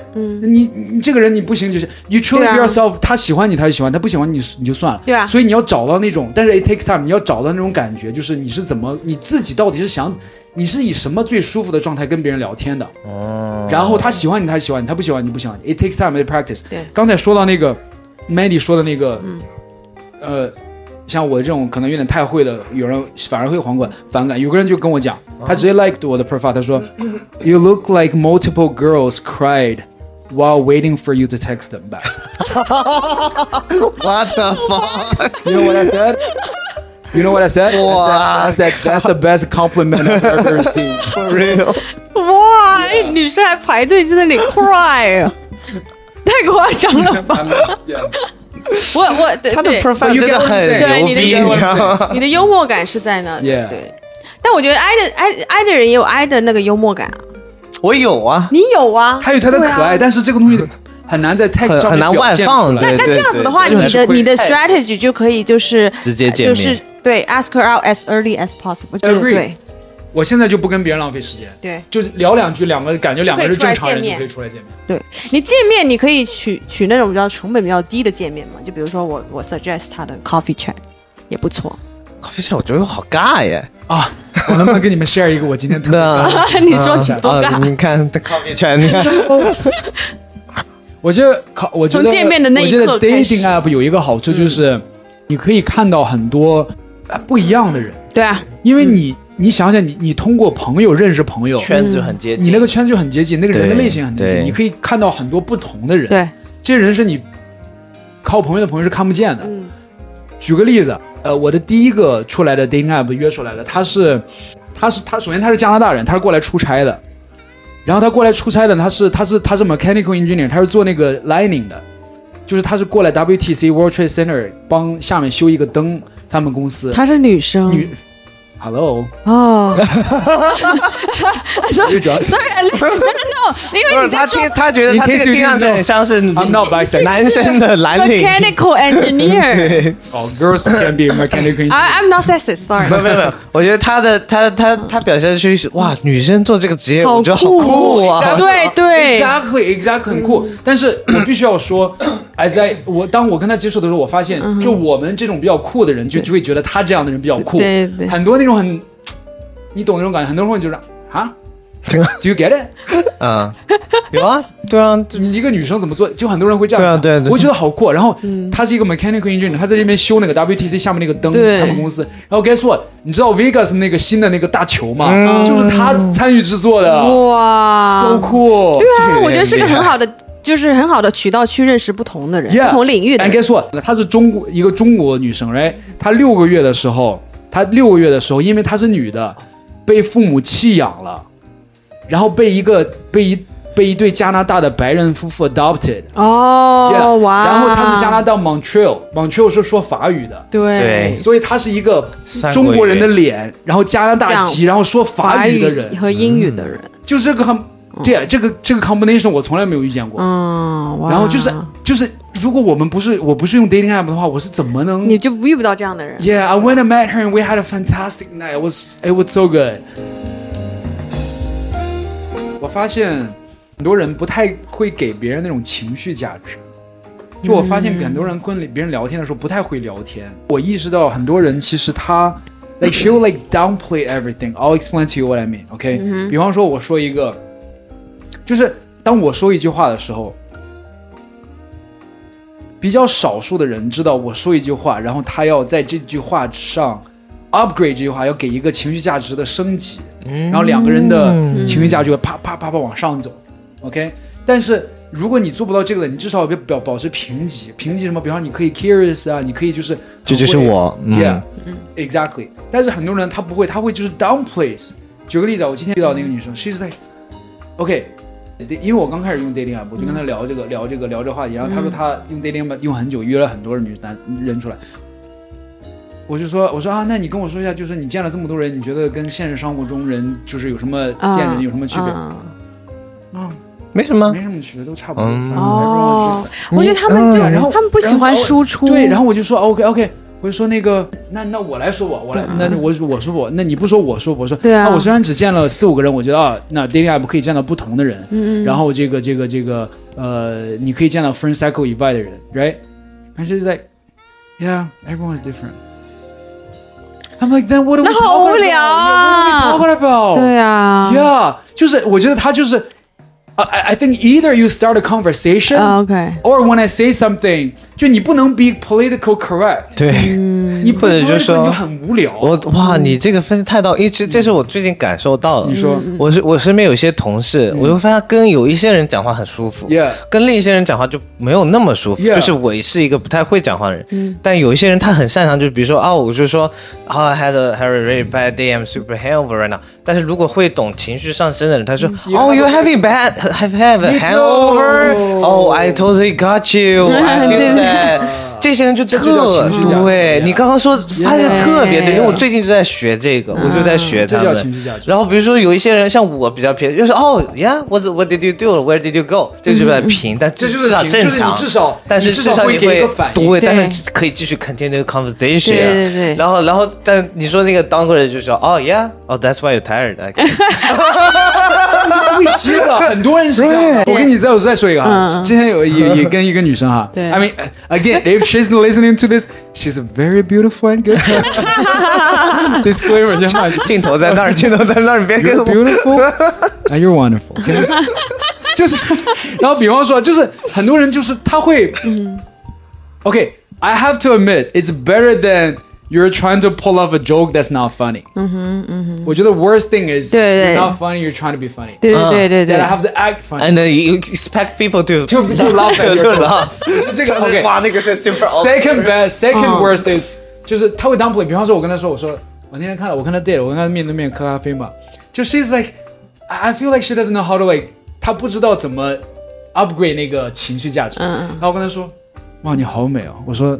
Speaker 2: 你你这个人你不行就是 you truly
Speaker 4: 嗯对
Speaker 2: be
Speaker 4: 啊
Speaker 2: yourself，、他喜欢你他就喜欢，他不喜欢你你就算了。
Speaker 4: 对啊
Speaker 2: 所以你要找到那种，但是 it takes time，你要找到那种感觉，就是你是怎么你自己到底是想。你是以什么最舒服的状态跟别人聊天的？然后他喜欢你，他喜欢你；他不喜欢你，不喜欢你。It takes time and practice。
Speaker 4: 对嗯
Speaker 2: 刚才说到那个 Mandy 说的那个，呃，像我这种可能有点太会的，有人反而会反感反感。有个人就跟我讲，他直接 like 我的 profile，他说、y o u look like multiple girls cried while waiting for you to text them back。
Speaker 3: What the fuck？
Speaker 2: You know what I said? You know what I said? I said, I said that's the best compliment I've ever seen.
Speaker 3: real？
Speaker 4: 哇，哎女生还排队在那里 cry，啊 太夸张了吧！我我对
Speaker 3: 他的
Speaker 4: 对
Speaker 3: profile 真的很
Speaker 4: 对
Speaker 3: 牛
Speaker 4: 你的
Speaker 3: 逼，
Speaker 4: 意思
Speaker 3: 你知道吗？
Speaker 4: 你的幽默感是在那的
Speaker 2: Yeah
Speaker 4: 对。但我觉得 I 的 I I 的人也有 I 的那个幽默感啊，
Speaker 3: 我有啊，
Speaker 4: 你有啊？
Speaker 2: 他有他的可爱，
Speaker 4: 对啊
Speaker 2: 但是这个东西很难在 text
Speaker 3: 很
Speaker 2: 上面
Speaker 3: 很难
Speaker 2: 表
Speaker 3: 外
Speaker 2: 现
Speaker 3: 放
Speaker 2: 出来
Speaker 3: 对
Speaker 4: 那那这样子的话，
Speaker 2: 对对
Speaker 4: 你的
Speaker 2: 对
Speaker 4: 你的
Speaker 3: 哎
Speaker 4: strategy 就可以就是
Speaker 3: 直接见
Speaker 4: 就
Speaker 3: 面
Speaker 4: 是对 ask her out as early as possible，就是
Speaker 2: Agree
Speaker 4: 对
Speaker 2: 我现在就不跟别人浪费时间，
Speaker 4: 对
Speaker 2: 就是聊两句，两个感觉两个
Speaker 4: 可以
Speaker 2: 是
Speaker 4: 出来
Speaker 2: 正常人
Speaker 4: 见
Speaker 2: 就
Speaker 4: 面
Speaker 2: 可以出来见面。
Speaker 4: 对。你见面你可以取取那种比较成本比较低的见面嘛，就比如说我我 suggest 他的 coffee chat 也不错。
Speaker 3: 咖啡我觉得好尬 耶。
Speaker 2: 啊，我能不能跟你们 share 一个我今天特 别
Speaker 3: 那
Speaker 4: 你说你多尬
Speaker 3: 嗯啊你看 咖啡圈，你看
Speaker 2: 我觉得考，我觉得
Speaker 4: 从见面的那一刻
Speaker 2: 我觉得
Speaker 4: 开始嗯
Speaker 2: dating app 有一个好处就是，你可以看到很多呃不一样的人，
Speaker 4: 对啊，
Speaker 2: 因为你、你想想你，你通过朋友认识朋友，
Speaker 3: 圈子很接
Speaker 2: 嗯
Speaker 3: 近。
Speaker 2: 你那个圈子就很接近，那个人的
Speaker 3: 对
Speaker 2: 类型很接
Speaker 3: 对
Speaker 2: 近，你可以看到很多不同的人。
Speaker 4: 对，
Speaker 2: 这些人是你靠朋友的朋友是看不见的。
Speaker 4: 嗯
Speaker 2: 举个例子，呃，我的第一个出来的 dating app 约出来的，他是，他是他首先他是加拿大人，他是过来出差的，然后他过来出差的，他是他是他是 mechanical engineer，他是做那个 lining 的，就是他是过来 WTC World Trade Center 帮下面修一个灯，他们公司
Speaker 4: 她是女生
Speaker 2: 女，Hello，
Speaker 4: 哦。所
Speaker 2: 又
Speaker 4: 以
Speaker 2: 主要
Speaker 4: sorry, no, no, no, 因
Speaker 3: 不
Speaker 4: 为
Speaker 3: 是
Speaker 4: 你
Speaker 3: 他
Speaker 4: 在说
Speaker 3: 听，他觉得他这个
Speaker 2: In case you
Speaker 3: 听上去
Speaker 2: didn't know,
Speaker 3: 很像是
Speaker 2: I'm not bisexual，
Speaker 3: 男生的蓝领。
Speaker 4: mechanical engineer，
Speaker 2: 哦，girls can be mechanical engineer，
Speaker 4: I I'm not sexist, sorry
Speaker 3: 没。有没有没有，我觉得他的他他他表现出去，哇，女生做这个职业，
Speaker 4: 好
Speaker 3: 我觉得好
Speaker 4: 酷
Speaker 3: 酷啊！
Speaker 4: 对对嗯
Speaker 2: exactly exactly 很酷。但是我必须要说，哎，在我当我跟他接触的时候，我发
Speaker 4: 嗯
Speaker 2: 现，就我们这种比较酷的人，就就会觉得他这样的人比较酷。
Speaker 4: 对对
Speaker 2: 很多那种很，你懂那种感觉，很多人会觉得啊。 Do you get it？
Speaker 3: 嗯，有啊，对啊，就
Speaker 2: 你一个女生怎么做？就很多人会这样想。
Speaker 3: 对啊对对
Speaker 2: 我觉得好酷啊。然后
Speaker 4: 嗯
Speaker 2: 他是一个 mechanical engineer，他在这边修那个 WTC 下面那个灯，
Speaker 4: 对
Speaker 2: 他们公司。然后 guess what？你知道 Vegas 那个新的那个大球吗？
Speaker 3: 嗯
Speaker 2: 就是他参与制作的。
Speaker 4: 哇
Speaker 2: so cool！
Speaker 4: 对
Speaker 3: 哦这个有
Speaker 4: 啊，
Speaker 3: 点
Speaker 4: 我觉得是个
Speaker 3: 厉害
Speaker 4: 很好的，就是很好的渠道去认识不同的人
Speaker 2: Yeah，
Speaker 4: 不同领域的
Speaker 2: And
Speaker 4: 人。
Speaker 2: guess what？她是中国一个中国女生，right？她六个月的时候，她六个月的时候，因为她是女的，被父母弃养了，然后被一个被一被一对加拿大的白人夫妇 adopted。Yeah，
Speaker 4: 哦，哇！
Speaker 2: 然后她是加拿大 Montreal，Montreal 是说法语的，
Speaker 4: 对
Speaker 2: 所以她是一个
Speaker 3: 三国
Speaker 2: 中国人的
Speaker 3: 语
Speaker 2: 脸，然后加拿大籍，然后说法
Speaker 4: 法
Speaker 2: 语的人，
Speaker 4: 和英语哦的人，
Speaker 2: 就是这个很对啊这个这个 combination 我从来没有遇见过。
Speaker 4: 嗯，哇
Speaker 2: 然后就是就是，如果我们不是我不是用 dating app 的话，我是怎么能
Speaker 4: 你就遇不到这样的人。
Speaker 2: Yeah, I went and met her, and we had a fantastic night. It was it was so good. 我发现很多人不太会给别人那种情绪价值。就我发现很多人跟别人聊天的时候不太会聊天。我意识到很多人其实他，like she will like downplay everything. I'll explain to you what I mean. OK，、比
Speaker 4: 嗯
Speaker 2: 方说我说一个，就是当我说一句话的时候，比较少数的人知道我说一句话，然后他要在这句话上 upgrade 这句话，要给一个情绪价值的升级，然后两个人的情绪价值会啪啪啪啪往上走。OK，但是如果你做不到这个的，你至少要表保持平级，平级什么？比方你可以 curious 啊，你可以就是很
Speaker 3: 这就是
Speaker 2: 会
Speaker 3: 我，
Speaker 2: Yeah，
Speaker 3: 嗯，
Speaker 2: exactly。但是很多人他不会，他会就是 downplays。举个例子啊，我今天遇到那个女生，she's like OK，因为我刚开始用 dating app，我就跟
Speaker 3: 嗯
Speaker 2: 她聊这个、聊这个聊这个话题，然后她说她用 dating app 用很久，约了很多女男人出来。我就说，我说啊，那你跟我说一下，就是你见了这么多人，你觉得跟现实生活中人就是有什么见人有什么区别？
Speaker 4: 嗯
Speaker 2: 啊，
Speaker 3: 没什么
Speaker 2: 没，什么区别，都差不多。
Speaker 3: 嗯
Speaker 4: 哦，
Speaker 3: 你
Speaker 4: 我觉得他们就
Speaker 3: 嗯
Speaker 2: 然后
Speaker 4: 他们不喜欢输出，
Speaker 2: 对，然后我就说 OK OK，我就说那个，那那我来说我，我来，那我我说我，那你不说我说我说，
Speaker 4: 啊对啊
Speaker 2: 我虽然只见了四五个人，我觉得啊，那 dating app 可以见到不同的人，
Speaker 4: 嗯
Speaker 2: 然后这个这个这个呃，你可以见到 friend cycle 以外的人，right？And she's like, yeah, everyone is different. I'm like, then what are we
Speaker 4: 那
Speaker 2: talking about?
Speaker 4: 好无聊
Speaker 2: Yeah,
Speaker 4: 啊
Speaker 2: what are we talking about?
Speaker 4: 对啊
Speaker 2: Yeah，就是我觉得他就是，I I- I think either you start a conversation，、
Speaker 4: 啊，OK，
Speaker 2: or when I say something，就你不能 be political correct，
Speaker 4: 嗯
Speaker 3: 对。
Speaker 2: 你不
Speaker 3: 或者
Speaker 2: political
Speaker 3: 就说
Speaker 2: 你很无聊。
Speaker 3: 我哇，你这个分析太到，因为这这是我最近感受到
Speaker 4: 嗯
Speaker 3: 的。
Speaker 2: 你说，
Speaker 3: 我是我身边有一些同事，我就发现跟有一些人讲话很舒服
Speaker 2: Yeah
Speaker 3: 跟另一些人讲话就没有那么舒服。
Speaker 2: Yeah 嗯
Speaker 3: 就是我是一个不太会讲话的人，但有一些人他很擅长，就比如说啊，我就说啊、i had a had a really bad day, I'm super hangover right now。但是如果会懂情绪上升的人，他说、Oh,
Speaker 2: 嗯
Speaker 3: you having bad, have have a
Speaker 2: You
Speaker 3: hangover?
Speaker 2: too
Speaker 3: Oh, I totally got you. I
Speaker 4: 对
Speaker 3: feel that. 这些人就
Speaker 2: 这就叫
Speaker 3: 特
Speaker 2: 情绪价值
Speaker 3: 对你刚刚说发现特别对，因
Speaker 4: Yeah
Speaker 3: 为我最近就在学这个，我就
Speaker 4: 嗯
Speaker 3: 在学
Speaker 2: 这
Speaker 3: 他
Speaker 2: 叫情绪
Speaker 3: 们
Speaker 2: 价值。
Speaker 3: 然后比如说有一些人像我比较偏，就是哦，Yeah, what what did you do? Where did you go? 这就比较
Speaker 4: 嗯
Speaker 3: 平，但
Speaker 2: 这就是
Speaker 3: 至少
Speaker 2: 平
Speaker 3: 正常，
Speaker 2: 就是你至少
Speaker 3: 但是
Speaker 2: 你至少
Speaker 3: 少
Speaker 2: 会
Speaker 3: 你
Speaker 2: 给一
Speaker 3: 会
Speaker 2: 个反应
Speaker 3: 对，
Speaker 4: 对
Speaker 3: 但是可以继续 continue conversation。啊
Speaker 4: 对对对
Speaker 3: 然后然后但你说那个当个人就说哦，Yeah, oh that's why you're tired. I guess.
Speaker 2: 会接了，很多人是这样的。
Speaker 4: 对
Speaker 2: 我跟你再我再说一个啊，
Speaker 4: 嗯
Speaker 2: 之前有也也跟一个女生哈
Speaker 4: 对
Speaker 2: ，I mean again if she's listening to this, she's a very beautiful and good. Disclaimer 先放一下
Speaker 3: 镜头在那儿，镜头在那儿，你别跟
Speaker 2: You're
Speaker 3: 我
Speaker 2: beautiful and you're wonderful 。 就是， 然后比方说，就是很多人就是他会，OK，I、have to admit it's better than you're trying to pull off a joke that's not funny。嗯哼，
Speaker 3: Mm-hmm,
Speaker 2: 嗯哼。我觉得 worst thing is
Speaker 4: 对对
Speaker 2: you're not funny, you're trying to be funny。
Speaker 4: 对对对对
Speaker 2: That
Speaker 4: 对
Speaker 2: I，have to act funny。
Speaker 3: And then you expect people to
Speaker 2: To- to laugh at your
Speaker 3: to
Speaker 2: joke.
Speaker 3: laugh.
Speaker 2: 这个 OK。
Speaker 3: 哇，那个是 super awkward
Speaker 2: Second best, second
Speaker 4: 嗯
Speaker 2: worst is 就是他会 downplay。比方说，我跟他说，我说我那天看了，我跟他 date，我跟他面对面喝咖啡嘛，就 she's like I I feel like she doesn't know how to like，她不知道怎么 upgrade 那个情绪价值。
Speaker 4: 嗯嗯
Speaker 2: 然后我跟他说，哇，你好美哦！我说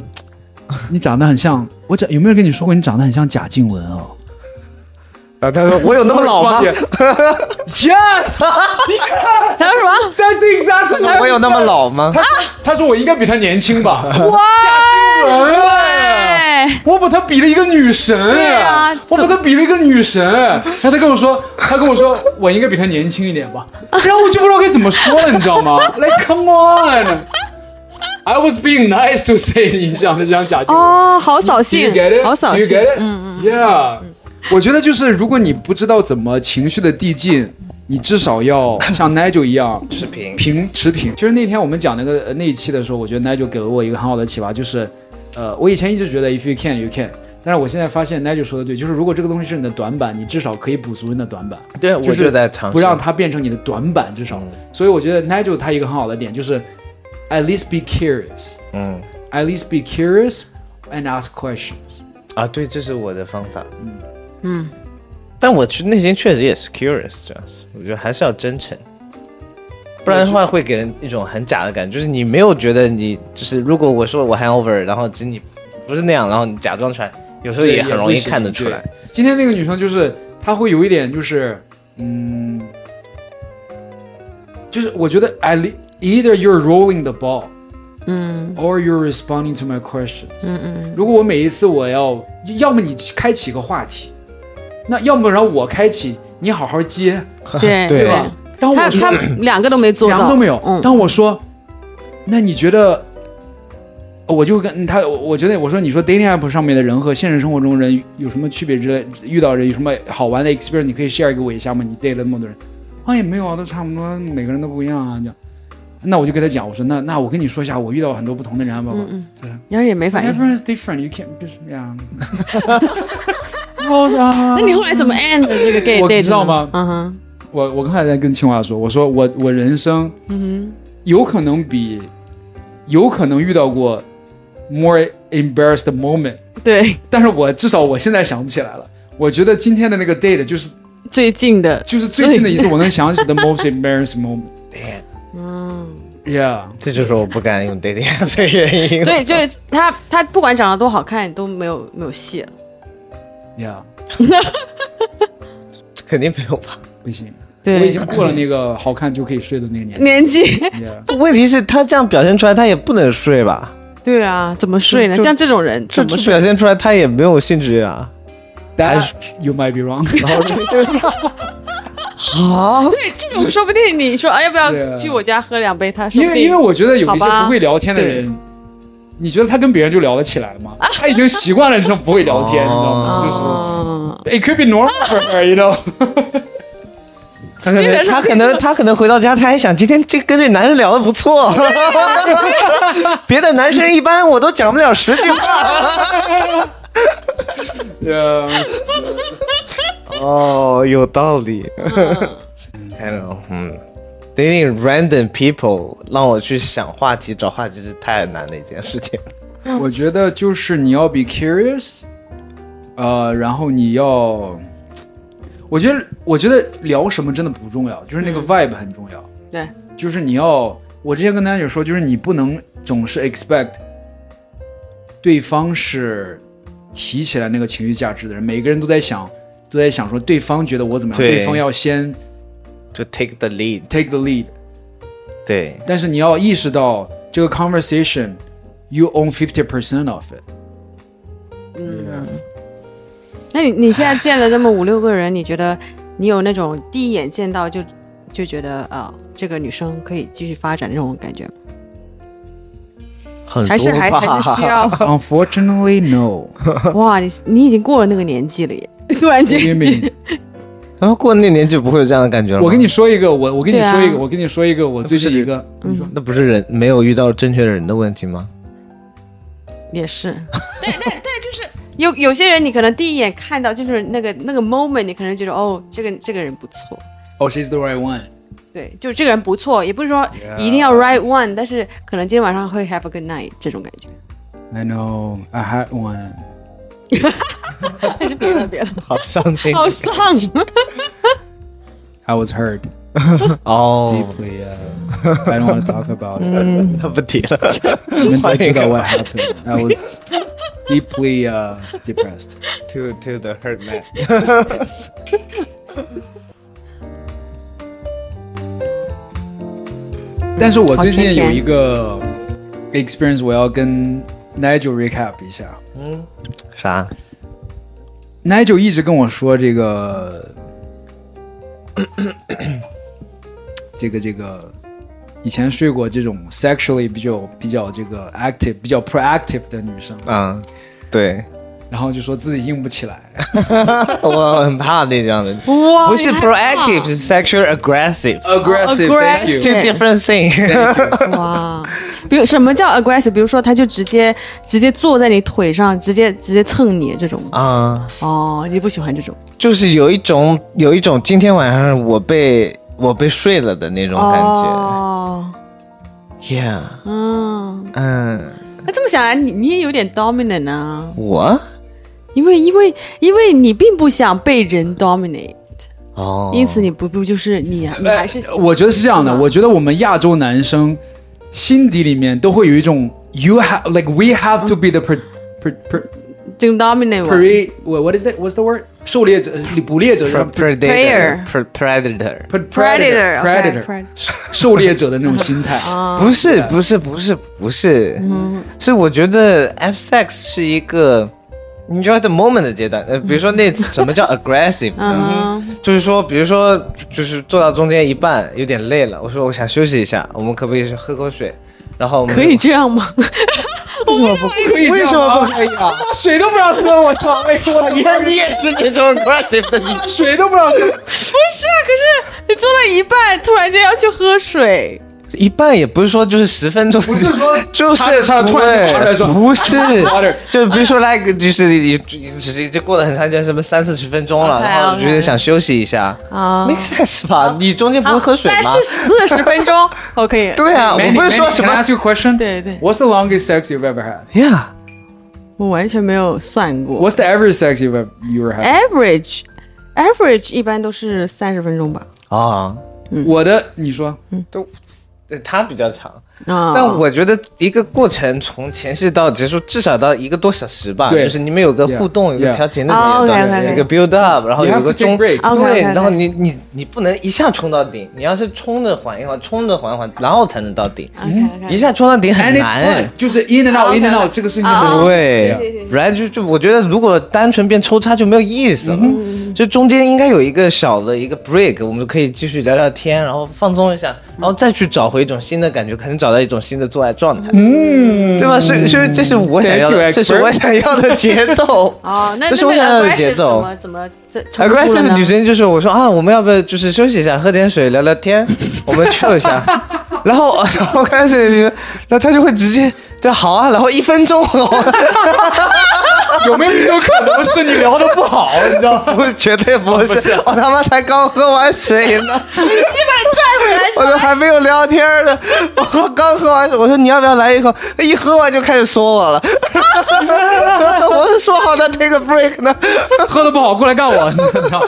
Speaker 2: 你长得很像，我长有没有跟你说过你长得很像贾静雯哦？
Speaker 3: 啊，他说我有那么老吗
Speaker 2: 双？眼 ？Yes,
Speaker 4: 他说什么？
Speaker 2: that's exactly.
Speaker 3: 我有那么老吗？
Speaker 2: 他说他说我应该比她年轻吧？
Speaker 4: 哇！
Speaker 2: 哎 我把她比了一个女神，
Speaker 4: 对啊
Speaker 2: 我把她比了一个女神。然后她跟我说，她跟我说，我应该比她年轻一点 吧。然后我就不知道该怎么说了，你知道吗？Like come on, I was being nice to say 你想你想假定我。
Speaker 4: 哦，好扫
Speaker 2: Do you
Speaker 4: 兴
Speaker 2: get，it?
Speaker 4: 好扫
Speaker 2: Do you
Speaker 4: 兴嗯
Speaker 2: get，it? Yeah，我觉得就是如果你不知道怎么情绪的递进，你至少要像 Nigel 一样
Speaker 3: 视频
Speaker 2: 平持平。其实那天我们讲那个呃那一期的时候，我觉得 Nigel 给了我一个很好的启发，就是，呃，我以前一直觉得 if you can you can，但是我现在发现 Nigel 说的对，就是如果这个东西是你的短板，你至少可以补足你的短板。
Speaker 3: 对，我
Speaker 2: 就是
Speaker 3: 就在尝试，嗯
Speaker 2: 不让它变成你的短板，至少。所以我觉得 Nigel 他一个很好的点就是，at least be curious，at
Speaker 3: 嗯
Speaker 2: least be curious and ask questions。
Speaker 3: 啊，对，这是我的方法，嗯但我去内心确实也是 curious 这样子，我觉得还是要真诚，不然的话会给人一种很假的感觉，就是你没有觉得你就是如果我说我 hangover，然后其实你不是那样，然后你假装出来，有时候
Speaker 2: 对
Speaker 3: 也很容易
Speaker 2: 也不行
Speaker 3: 看得出来。
Speaker 2: 今天那个女生就是嗯她会有一点就是，嗯，就是我觉得 at least either you're rolling the ball。
Speaker 4: 嗯
Speaker 2: or you're responding to my questions。
Speaker 4: 嗯嗯
Speaker 2: 如果我每一次我要，要么你开启个话题，那要么让我开启，你好好接，
Speaker 4: 嗯，对
Speaker 3: 对
Speaker 2: 对吧？当
Speaker 4: 他
Speaker 2: 我说
Speaker 4: 他们两个都没做
Speaker 2: 两
Speaker 4: 到，
Speaker 2: 个都没有，
Speaker 4: 嗯，
Speaker 2: 当我说，那你觉得？呃我就跟嗯他，我我觉得我说，你说 dating app 上面的人和现实生活中人有什么区别之类？遇到人有什么好玩的 experience？你可以 share 给我一下吗？你 date 了那么多人，啊也没有啊，都差不多，每个人都不一样啊。就那我就跟他讲，我说那那我跟你说一下，我遇到很多不同的人啊，包括
Speaker 4: 嗯嗯，然后也没反应。
Speaker 2: Everyone's different. You can't 就是这 样。我啊
Speaker 4: 那你后来怎么 end 的这个 gay
Speaker 2: 我
Speaker 4: date？
Speaker 2: 你知道吗
Speaker 4: 呢嗯哼，
Speaker 2: 我我刚才在跟清华说，我说我我人生
Speaker 4: 嗯
Speaker 2: 有可能比有可能遇到过 more embarrassed moment，
Speaker 4: 哼，对，
Speaker 2: 但是我至少我现在想不起来了。我觉得今天的那个 date 就是
Speaker 4: 最近的，
Speaker 2: 就是最近的一次我能想起的 most embarrassed moment。
Speaker 3: 对，
Speaker 4: 嗯，
Speaker 2: Yeah，
Speaker 3: 这就是我不敢用 dating app 的原因。
Speaker 4: 所以就是他他不管长得多好看都没有没有戏了，
Speaker 2: yeah，
Speaker 3: 肯定没有吧？
Speaker 2: 不行，我已
Speaker 4: 对
Speaker 2: 经，过了那个好看就可以睡的那个年纪。
Speaker 4: 年纪，
Speaker 2: Yeah，
Speaker 3: 问题是，他这样表现出来，他也不能睡吧？
Speaker 4: 对啊，怎么睡呢？
Speaker 3: 就
Speaker 4: 像这种人
Speaker 3: 这
Speaker 4: 怎么
Speaker 3: 这
Speaker 4: 睡？
Speaker 3: 表现出来，他也没有兴致 啊。
Speaker 2: 但
Speaker 4: 啊
Speaker 2: you might be wrong。
Speaker 3: 然后就 好，
Speaker 4: 对，这种说不定你说啊，要不
Speaker 2: 对啊
Speaker 4: 要去我家喝两杯？他说
Speaker 2: 因
Speaker 4: 不
Speaker 2: 为
Speaker 4: 定
Speaker 2: 因为我觉得有一
Speaker 4: 好
Speaker 2: 些
Speaker 4: 吧
Speaker 2: 不会聊天的人，你觉得他跟别人就聊得起来吗？他已经习惯了这种不会聊天，你知道吗？就是
Speaker 4: 哦
Speaker 2: it could be normal for her, you know 。
Speaker 3: 他可能他可能他可能回到家，他还想今天这跟这男生聊的不 错，别的男生一般我都讲不了十句话。
Speaker 2: 呃，
Speaker 3: 哦，有道 理。I don't know，嗯，dating random people 让我去想话题、找话题是太难的一件事情。
Speaker 2: 我觉得就是你要 be curious，呃，然后你要，我觉得我觉得聊什么真的不重要，就是那个 vibe 很重要。
Speaker 4: 对，
Speaker 2: 就是你要，我之前跟大家有说，就是你不能总是 expect 对方是提起来那个情绪价值的人，每个人都在想，都在想说对方觉得我怎么样，
Speaker 3: 对
Speaker 2: 对方要先
Speaker 3: 就 take the lead，
Speaker 2: take the lead，
Speaker 3: 对，
Speaker 2: 但是你要意识到这个 conversation you own fifty percent of it。嗯，
Speaker 4: 那你你现在见了这么五六个人，你觉得你有那种第一眼见到就就觉得啊、这个女生可以继续发展这种感觉吗，
Speaker 3: 很
Speaker 4: 还是还 还是需要
Speaker 2: Unfortunately, no.
Speaker 4: 哇？你你已经过了那个年纪了耶， 突然
Speaker 2: What do you
Speaker 4: 间
Speaker 2: mean?
Speaker 3: 然后过那年就不会有这样的感觉了吗。
Speaker 2: 我跟你说一个，我我跟你
Speaker 4: 对啊
Speaker 2: 说一个，我跟你说一个，我最近一 个，你说
Speaker 3: 那不是人没有遇到正确的人的问题吗？
Speaker 4: 也是，但但但就是有有些人，你可能第一眼看到就是那个那个 moment，你可能觉得哦，这个这个人不错，
Speaker 2: 哦，she's Oh, the right one.
Speaker 4: 对，就这个人不错，也不是说
Speaker 2: Yeah
Speaker 4: 一定要 right one，但是可能今天晚上会 have a good night 这种感觉。
Speaker 2: I know, I had one.
Speaker 4: 还是别了 别了，
Speaker 3: 好伤心
Speaker 4: 好丧。啊
Speaker 2: I was hurt
Speaker 3: 哦，
Speaker 2: deeply. Uh, I don't want to talk about it.
Speaker 3: 那不提 了。
Speaker 2: You
Speaker 3: Like-
Speaker 2: know what happened. I was deeply uh, depressed.
Speaker 3: to to the hurt man。
Speaker 2: 但是我最
Speaker 4: 好
Speaker 2: 近
Speaker 4: 甜甜
Speaker 2: 有一个 experience，我要跟 Nigel recap 一下。
Speaker 3: 啥？
Speaker 2: Nigel 一直跟我说这个， 这个这个，以前睡过这种 sexually 比较比较这个 active、比较 proactive 的女生，
Speaker 3: 啊，对，
Speaker 2: 然后就说自己硬不起来。
Speaker 3: 我很怕那这样的，
Speaker 4: 哇，
Speaker 3: 不是
Speaker 4: 原来
Speaker 3: proactive，是 sexual aggressive。
Speaker 2: Aggressive，thank you
Speaker 4: Aggressive
Speaker 3: Two different thing。
Speaker 4: 哇，啊比如什么叫 aggressive？比如说，他就直接直接坐在你腿上，直接直接蹭你这种。
Speaker 3: 啊，
Speaker 4: 哦，你不喜欢这种
Speaker 3: 就是有一种有一种今天晚上我被我被睡了的那种感觉。
Speaker 4: 哦，
Speaker 3: Yeah，
Speaker 4: 嗯，
Speaker 3: 嗯，
Speaker 4: 那这么想来，你你也有点 dominant 啊，
Speaker 3: 我
Speaker 4: 因为因为因为你并不想被人 dominate，、
Speaker 3: 哦，
Speaker 4: 因此你不不就是你你还是、
Speaker 2: 呃我觉得是这样的，我觉得我们亚洲男生心底里面都会有一种 you have like we have to be the per per per
Speaker 4: 这个 dominate 我
Speaker 2: pre what what is that what's the word 狩猎者呃捕猎者
Speaker 3: predator
Speaker 4: Prayer
Speaker 3: pre- predator。
Speaker 2: pre- predator
Speaker 4: Predator，okay，pred-
Speaker 2: 狩猎者的那种 心态。
Speaker 4: 啊
Speaker 3: 不是不是不是不是，是我觉得 F sex 是一个 enjoy the moment 的阶段。呃，比如说那什么叫 aggressive，呢
Speaker 4: 嗯
Speaker 3: 就是说，比如说就是坐到中间一半有点累了，我说我想休息一下，我们可不可以去喝口水？然后我们
Speaker 4: 可以这样吗？
Speaker 3: 为什么不可以？为什么不可以啊？
Speaker 2: 水都不让喝，我操！哎呦我
Speaker 3: 你看你也是那种 aggressive 的，你
Speaker 2: 水都不让喝，
Speaker 4: 不是啊，可是你做到一半，突然间要去喝水，
Speaker 3: 一半也不是说就是十分钟，不
Speaker 2: 是说
Speaker 3: 就是
Speaker 2: 插着插着突然就跑出来说
Speaker 3: 不是
Speaker 2: Water，
Speaker 3: 就比如说 like 就是也只是就过了很长一段时间，三四十分钟了，
Speaker 4: OK，
Speaker 3: 然后我觉得
Speaker 4: OK
Speaker 3: 想休息一下
Speaker 4: 啊
Speaker 3: ，make sense 吧？你中间不会喝水吗
Speaker 4: 三？十四十分 钟，OK。
Speaker 3: 对啊，我
Speaker 2: Mandy，
Speaker 3: 不是说
Speaker 2: Mandy，
Speaker 3: 什
Speaker 2: can I
Speaker 3: 么
Speaker 2: ask you a question？
Speaker 4: 对对
Speaker 2: ，What's the longest sex you've ever had？
Speaker 3: 呀，
Speaker 4: 我完全没有算过。
Speaker 2: What's the average sex you've ever you were having？、
Speaker 4: average average 一般都是三十分钟吧。
Speaker 3: 啊，
Speaker 4: Eh？
Speaker 2: 我的，你说，
Speaker 3: 都它比较长。
Speaker 4: 啊，
Speaker 3: 但我觉得一个过程从前戏到结束至少到一个多小时吧，
Speaker 2: 对
Speaker 3: 就是你们有个
Speaker 2: Yeah，
Speaker 3: 互动，有个
Speaker 2: yeah
Speaker 3: 调情的
Speaker 4: 哦
Speaker 3: 阶段，
Speaker 4: ，OK，OK，OK
Speaker 3: 有个 build up，然后
Speaker 2: You have
Speaker 3: 有个
Speaker 2: to take
Speaker 3: 中
Speaker 2: break
Speaker 3: 对，
Speaker 4: OK，OK，OK，
Speaker 3: 然后你你你不能一下冲到顶，你要是冲着缓一缓，冲着缓一缓，然后才能到顶，一下冲到顶
Speaker 2: And
Speaker 3: 很
Speaker 2: it's
Speaker 3: 难
Speaker 2: fun，。就是 in and out in and out，这个事情就是
Speaker 3: 对，不然就就我觉得，如果单纯变抽插就没有意思了，就中间应该有一个小的一个 break，我们可以继续聊聊天，然后放松一下，然后再去找回一种新的感觉，可能找到一种新的做爱状态，嗯，对吧？所以所以这是我想要
Speaker 2: Thank you,
Speaker 3: 的，
Speaker 2: expert
Speaker 3: 这是我想要的节奏
Speaker 4: 哦，那
Speaker 3: 这是
Speaker 4: 那
Speaker 3: 我想要
Speaker 4: 那
Speaker 3: 的
Speaker 4: aggressive
Speaker 3: 节奏。
Speaker 4: 怎么怎么
Speaker 3: aggressive 的女 生就是我说啊，我们要不要就是休息一下，喝点水，聊聊天，我们 chill 一下。然后，然后开始，然后他就会直接对好啊，然后一分钟，
Speaker 2: 有没有一种可能是你聊的不好，你知道吗？
Speaker 3: 不，绝对不是，我他妈才刚喝完水 呢，我都还没有聊天呢，我刚喝完水，我说你要不要来一口？他一喝完就开始说我了， 我是说好的 take a break 呢，
Speaker 2: 喝的不好过来干我，你知道吗？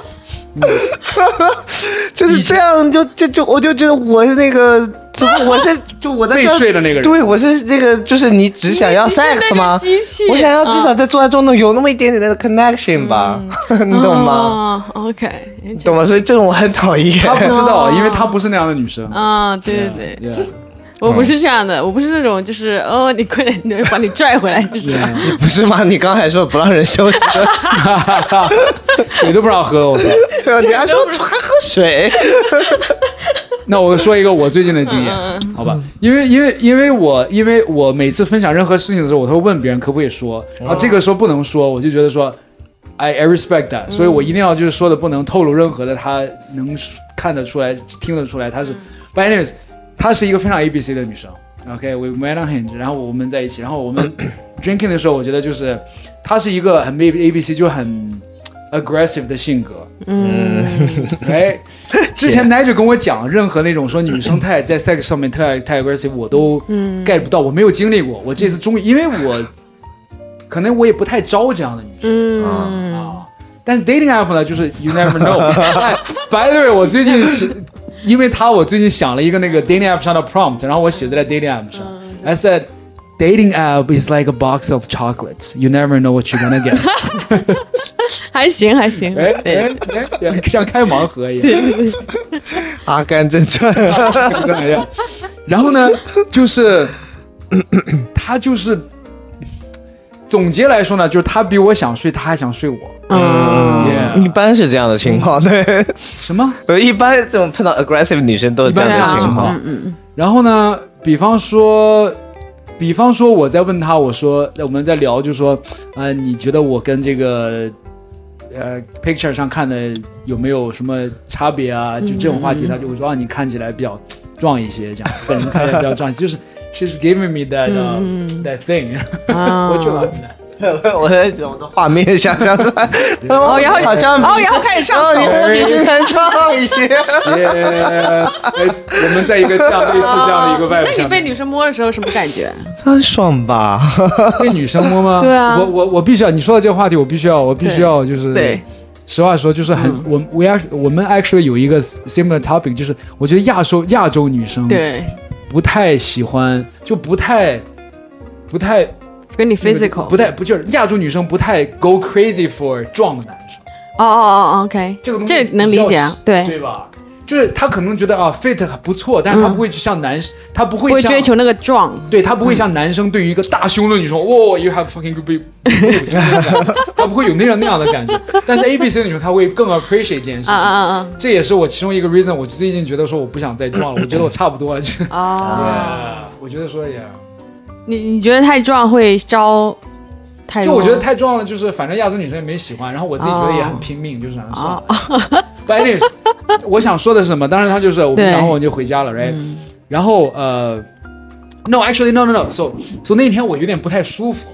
Speaker 3: 就是这样，就就就我就觉得我是那个，怎么我是就我在
Speaker 2: 被
Speaker 3: 这
Speaker 2: 睡的那个人
Speaker 3: 对我是那个，就是你只想要
Speaker 4: 你是那个
Speaker 3: sex 吗
Speaker 4: 机器？嗯
Speaker 3: 我想要至少在做爱中呢有那么一点点的 connection 吧， 你懂吗？
Speaker 4: 啊，OK，
Speaker 3: 懂吗？所以这种我很讨厌。
Speaker 2: 他不知 道，啊因为他不是那样的女生。
Speaker 4: 啊，对对
Speaker 3: 嗯
Speaker 4: 对，
Speaker 2: Yeah,
Speaker 4: 我不是这样的，我不是那种就是哦，你快点，你把你拽回来，就是
Speaker 2: yeah.
Speaker 3: 不是吗？你刚才说不让人休息，
Speaker 2: 水都不让喝，我操！
Speaker 3: 对 啊你还说还喝水，
Speaker 2: 那我说一个我最近的经验，好吧？因为因为因为我因为我每次分享任何事情的时候，我都会问别人可不可以说，然后这个说不能说，我就觉得说，I I respect that，所以我一定要就是说的不能透露任何的，他能看得出来、听得出来，她是。But anyways，她是一个非常 A B C 的女生。OK，we、met on hinge，然后我们在一起，然后我们 drinking 的时候，我觉得就是她是一个很 A A B C 就很 aggressive 的性格。哎，之前奶嘴跟我讲，任何那种说女生太在 sex 上面太太 aggressive，我都 get 不到，我没有经历过。我这次终于，因为我可能我也不太招这样的女生、
Speaker 4: 嗯，
Speaker 2: 啊。但是 dating app 呢，就是 you never know。哎，by the way，我最近是因为他，我最近想了一个那个 dating app 上的 prompt，然后我写在了 dating app 上。I said dating app is like a box of chocolates. You never know what you're gonna get.
Speaker 4: 还行还行，
Speaker 2: 哎哎哎，像开盲盒一样。
Speaker 3: 阿甘正传。
Speaker 2: 然后呢，就是 他就是总结来说呢，就是他比我想睡，他还想睡我。
Speaker 4: 嗯，
Speaker 2: Yeah
Speaker 3: 一般是这样的情况，对，
Speaker 2: 什么？
Speaker 3: 我一般这种
Speaker 4: 啊嗯
Speaker 3: 碰到 aggressive 女生都是这
Speaker 2: 一般
Speaker 3: 样
Speaker 2: 是
Speaker 3: 的
Speaker 2: 这
Speaker 3: 情
Speaker 2: 样
Speaker 3: 况。
Speaker 4: 嗯嗯
Speaker 2: 然后呢，比方说比方说我在问他，我说我们在聊，就说，呃，你觉得我跟这个呃 picture 上看的有没有什么差别啊？就这种话
Speaker 4: 嗯
Speaker 2: 题，他就会说啊，你看起来比较壮一些，这样本人看起来比较壮一些，就是 she's giving me that、uh,
Speaker 4: 嗯
Speaker 2: that thing，
Speaker 4: 啊
Speaker 2: 我就 like that。
Speaker 3: 我在我的画面想象出来， 哦
Speaker 4: 然后
Speaker 3: 好像
Speaker 4: 哦然后开始上手
Speaker 3: 哦你哎看比之前壮一些，
Speaker 2: 耶，哎我们哦在一个这样类似这样的一个外表
Speaker 4: 那你
Speaker 2: 下
Speaker 4: 被
Speaker 2: 面，
Speaker 4: 女生摸的时候什么感觉？
Speaker 3: 很爽吧？
Speaker 2: 被女生摸吗？
Speaker 4: 对啊
Speaker 2: 我我我必须要，你说到这个话题，我必须要，我必须要，就是
Speaker 4: 对，嗯
Speaker 2: 实话说，就是很我我要我们 actually 有一个 similar topic，就是我觉得亚洲亚洲女生
Speaker 4: 对，
Speaker 2: 不太喜欢，就不太不太
Speaker 4: 跟你 physical
Speaker 2: 不太不就是亚洲女生不太 go crazy for 壮的男生。
Speaker 4: 哦哦哦，OK，
Speaker 2: 这个东西
Speaker 4: 这能理解啊
Speaker 2: 比较，
Speaker 4: 对，
Speaker 2: 对吧？就是他可能觉得啊 fit 不错，但是他不会去像男，生，他不
Speaker 4: 嗯不
Speaker 2: 会
Speaker 4: 会
Speaker 2: 像
Speaker 4: 追求那个壮，
Speaker 2: 对他不会像男生对于一个大胸的女生，哇、y o u have fucking good big boobs，那 种感觉他不会有那样那样的感觉。但是 A B C 的女生，她会更 appreciate 这件事情。
Speaker 4: 啊啊啊
Speaker 2: 这也是我其中一个 reason，我最近觉得说我不想再撞了，我觉得我差不多了。就是
Speaker 4: 啊！哦，
Speaker 2: 我觉得说也，
Speaker 4: 你你觉得太壮会招太
Speaker 2: 就我
Speaker 4: 多哦
Speaker 2: 觉得太撞了，就是反正亚洲女生也没喜欢，然后我自己觉得也很拼命，就是啊想
Speaker 4: 哦
Speaker 2: 算了。But anyways，我想说的是什么？当时他就是，我们
Speaker 4: 对嗯
Speaker 2: 然后我就回家了，right？、然后呃，no actually no no no，so so 那天我有点不太舒服，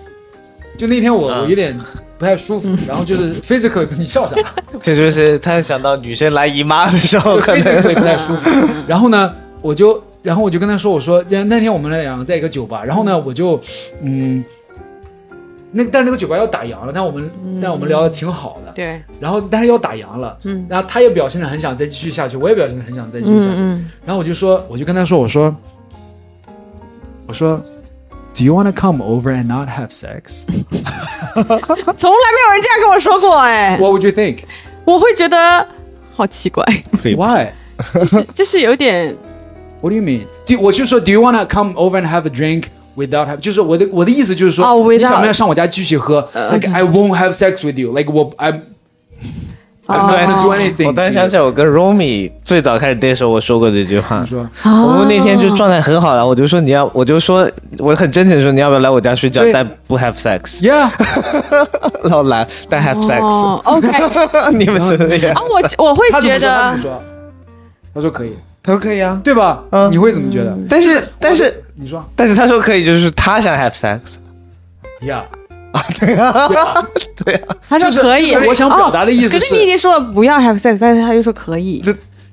Speaker 2: 就那天我、
Speaker 3: 嗯
Speaker 2: 我有点不太舒
Speaker 4: 嗯
Speaker 2: 服，然后就是 physically 你笑啥？
Speaker 3: 这就是他想到女生来姨妈的时候，
Speaker 2: 就
Speaker 3: 可
Speaker 2: physically
Speaker 3: 能
Speaker 2: 不太舒服。然后呢，我就然后我就跟他说，我说那那天我们两个在一个酒吧，然后呢，我就嗯，那但是那个酒吧要打烊了，但我们、
Speaker 4: 嗯
Speaker 2: 但我们聊的挺好的，
Speaker 4: 对，
Speaker 2: 然后但是要打烊了，
Speaker 4: 嗯
Speaker 2: 然后他也表现的很想再继续下去，我也表现的很想再继续下去，
Speaker 4: 嗯
Speaker 2: 然后我就说，我就跟他说，我说我说。Do you want to come over and not have sex?
Speaker 4: 嗯，从来没有人这样跟我说过哎，
Speaker 2: What would you think?
Speaker 4: 我会觉得好奇怪，
Speaker 2: Why?
Speaker 4: 就是就是有点
Speaker 2: What do you mean? Do 我就说 Do you wanna come over and have a drink without have？就是我的我的意思就是说
Speaker 4: 哦
Speaker 2: 你想
Speaker 4: Oh, without Uh,
Speaker 2: 不想上我家继续喝、
Speaker 4: 呃
Speaker 2: l i k e I won't have sex with you. Like 我 I'm I'm not
Speaker 3: 哦
Speaker 2: gonna
Speaker 4: Uh,
Speaker 2: do anything.
Speaker 3: 我突然想起来，我跟 Romy 最早开始 date 的时候，我说过这句话
Speaker 2: 你。说
Speaker 3: 我们那天就状态很好了，我就说你要，我就说我很真诚地说你要不要来我家睡觉
Speaker 2: 对，
Speaker 3: 但不 have sex，
Speaker 2: Yeah，
Speaker 3: 老蓝，但 have sex，
Speaker 4: 哦，OK，
Speaker 3: 你们是不是也
Speaker 4: 啊，我我会
Speaker 2: 他怎么
Speaker 4: 觉
Speaker 2: 说他
Speaker 4: 得
Speaker 2: 怎么说？他说可以，
Speaker 3: 都可以啊？
Speaker 2: 对吧？
Speaker 3: 嗯
Speaker 2: 你会怎么觉得？
Speaker 3: 但是但是
Speaker 2: 你说
Speaker 3: 但是他说可以，就是他想 have sex，
Speaker 2: Yeah，
Speaker 3: 对啊，
Speaker 4: 他说
Speaker 2: 就是
Speaker 4: 可以，
Speaker 2: 就是我想表达的意思
Speaker 4: 哦可
Speaker 2: 是
Speaker 4: 是你已经说了不要 have sex，但是他又说可以，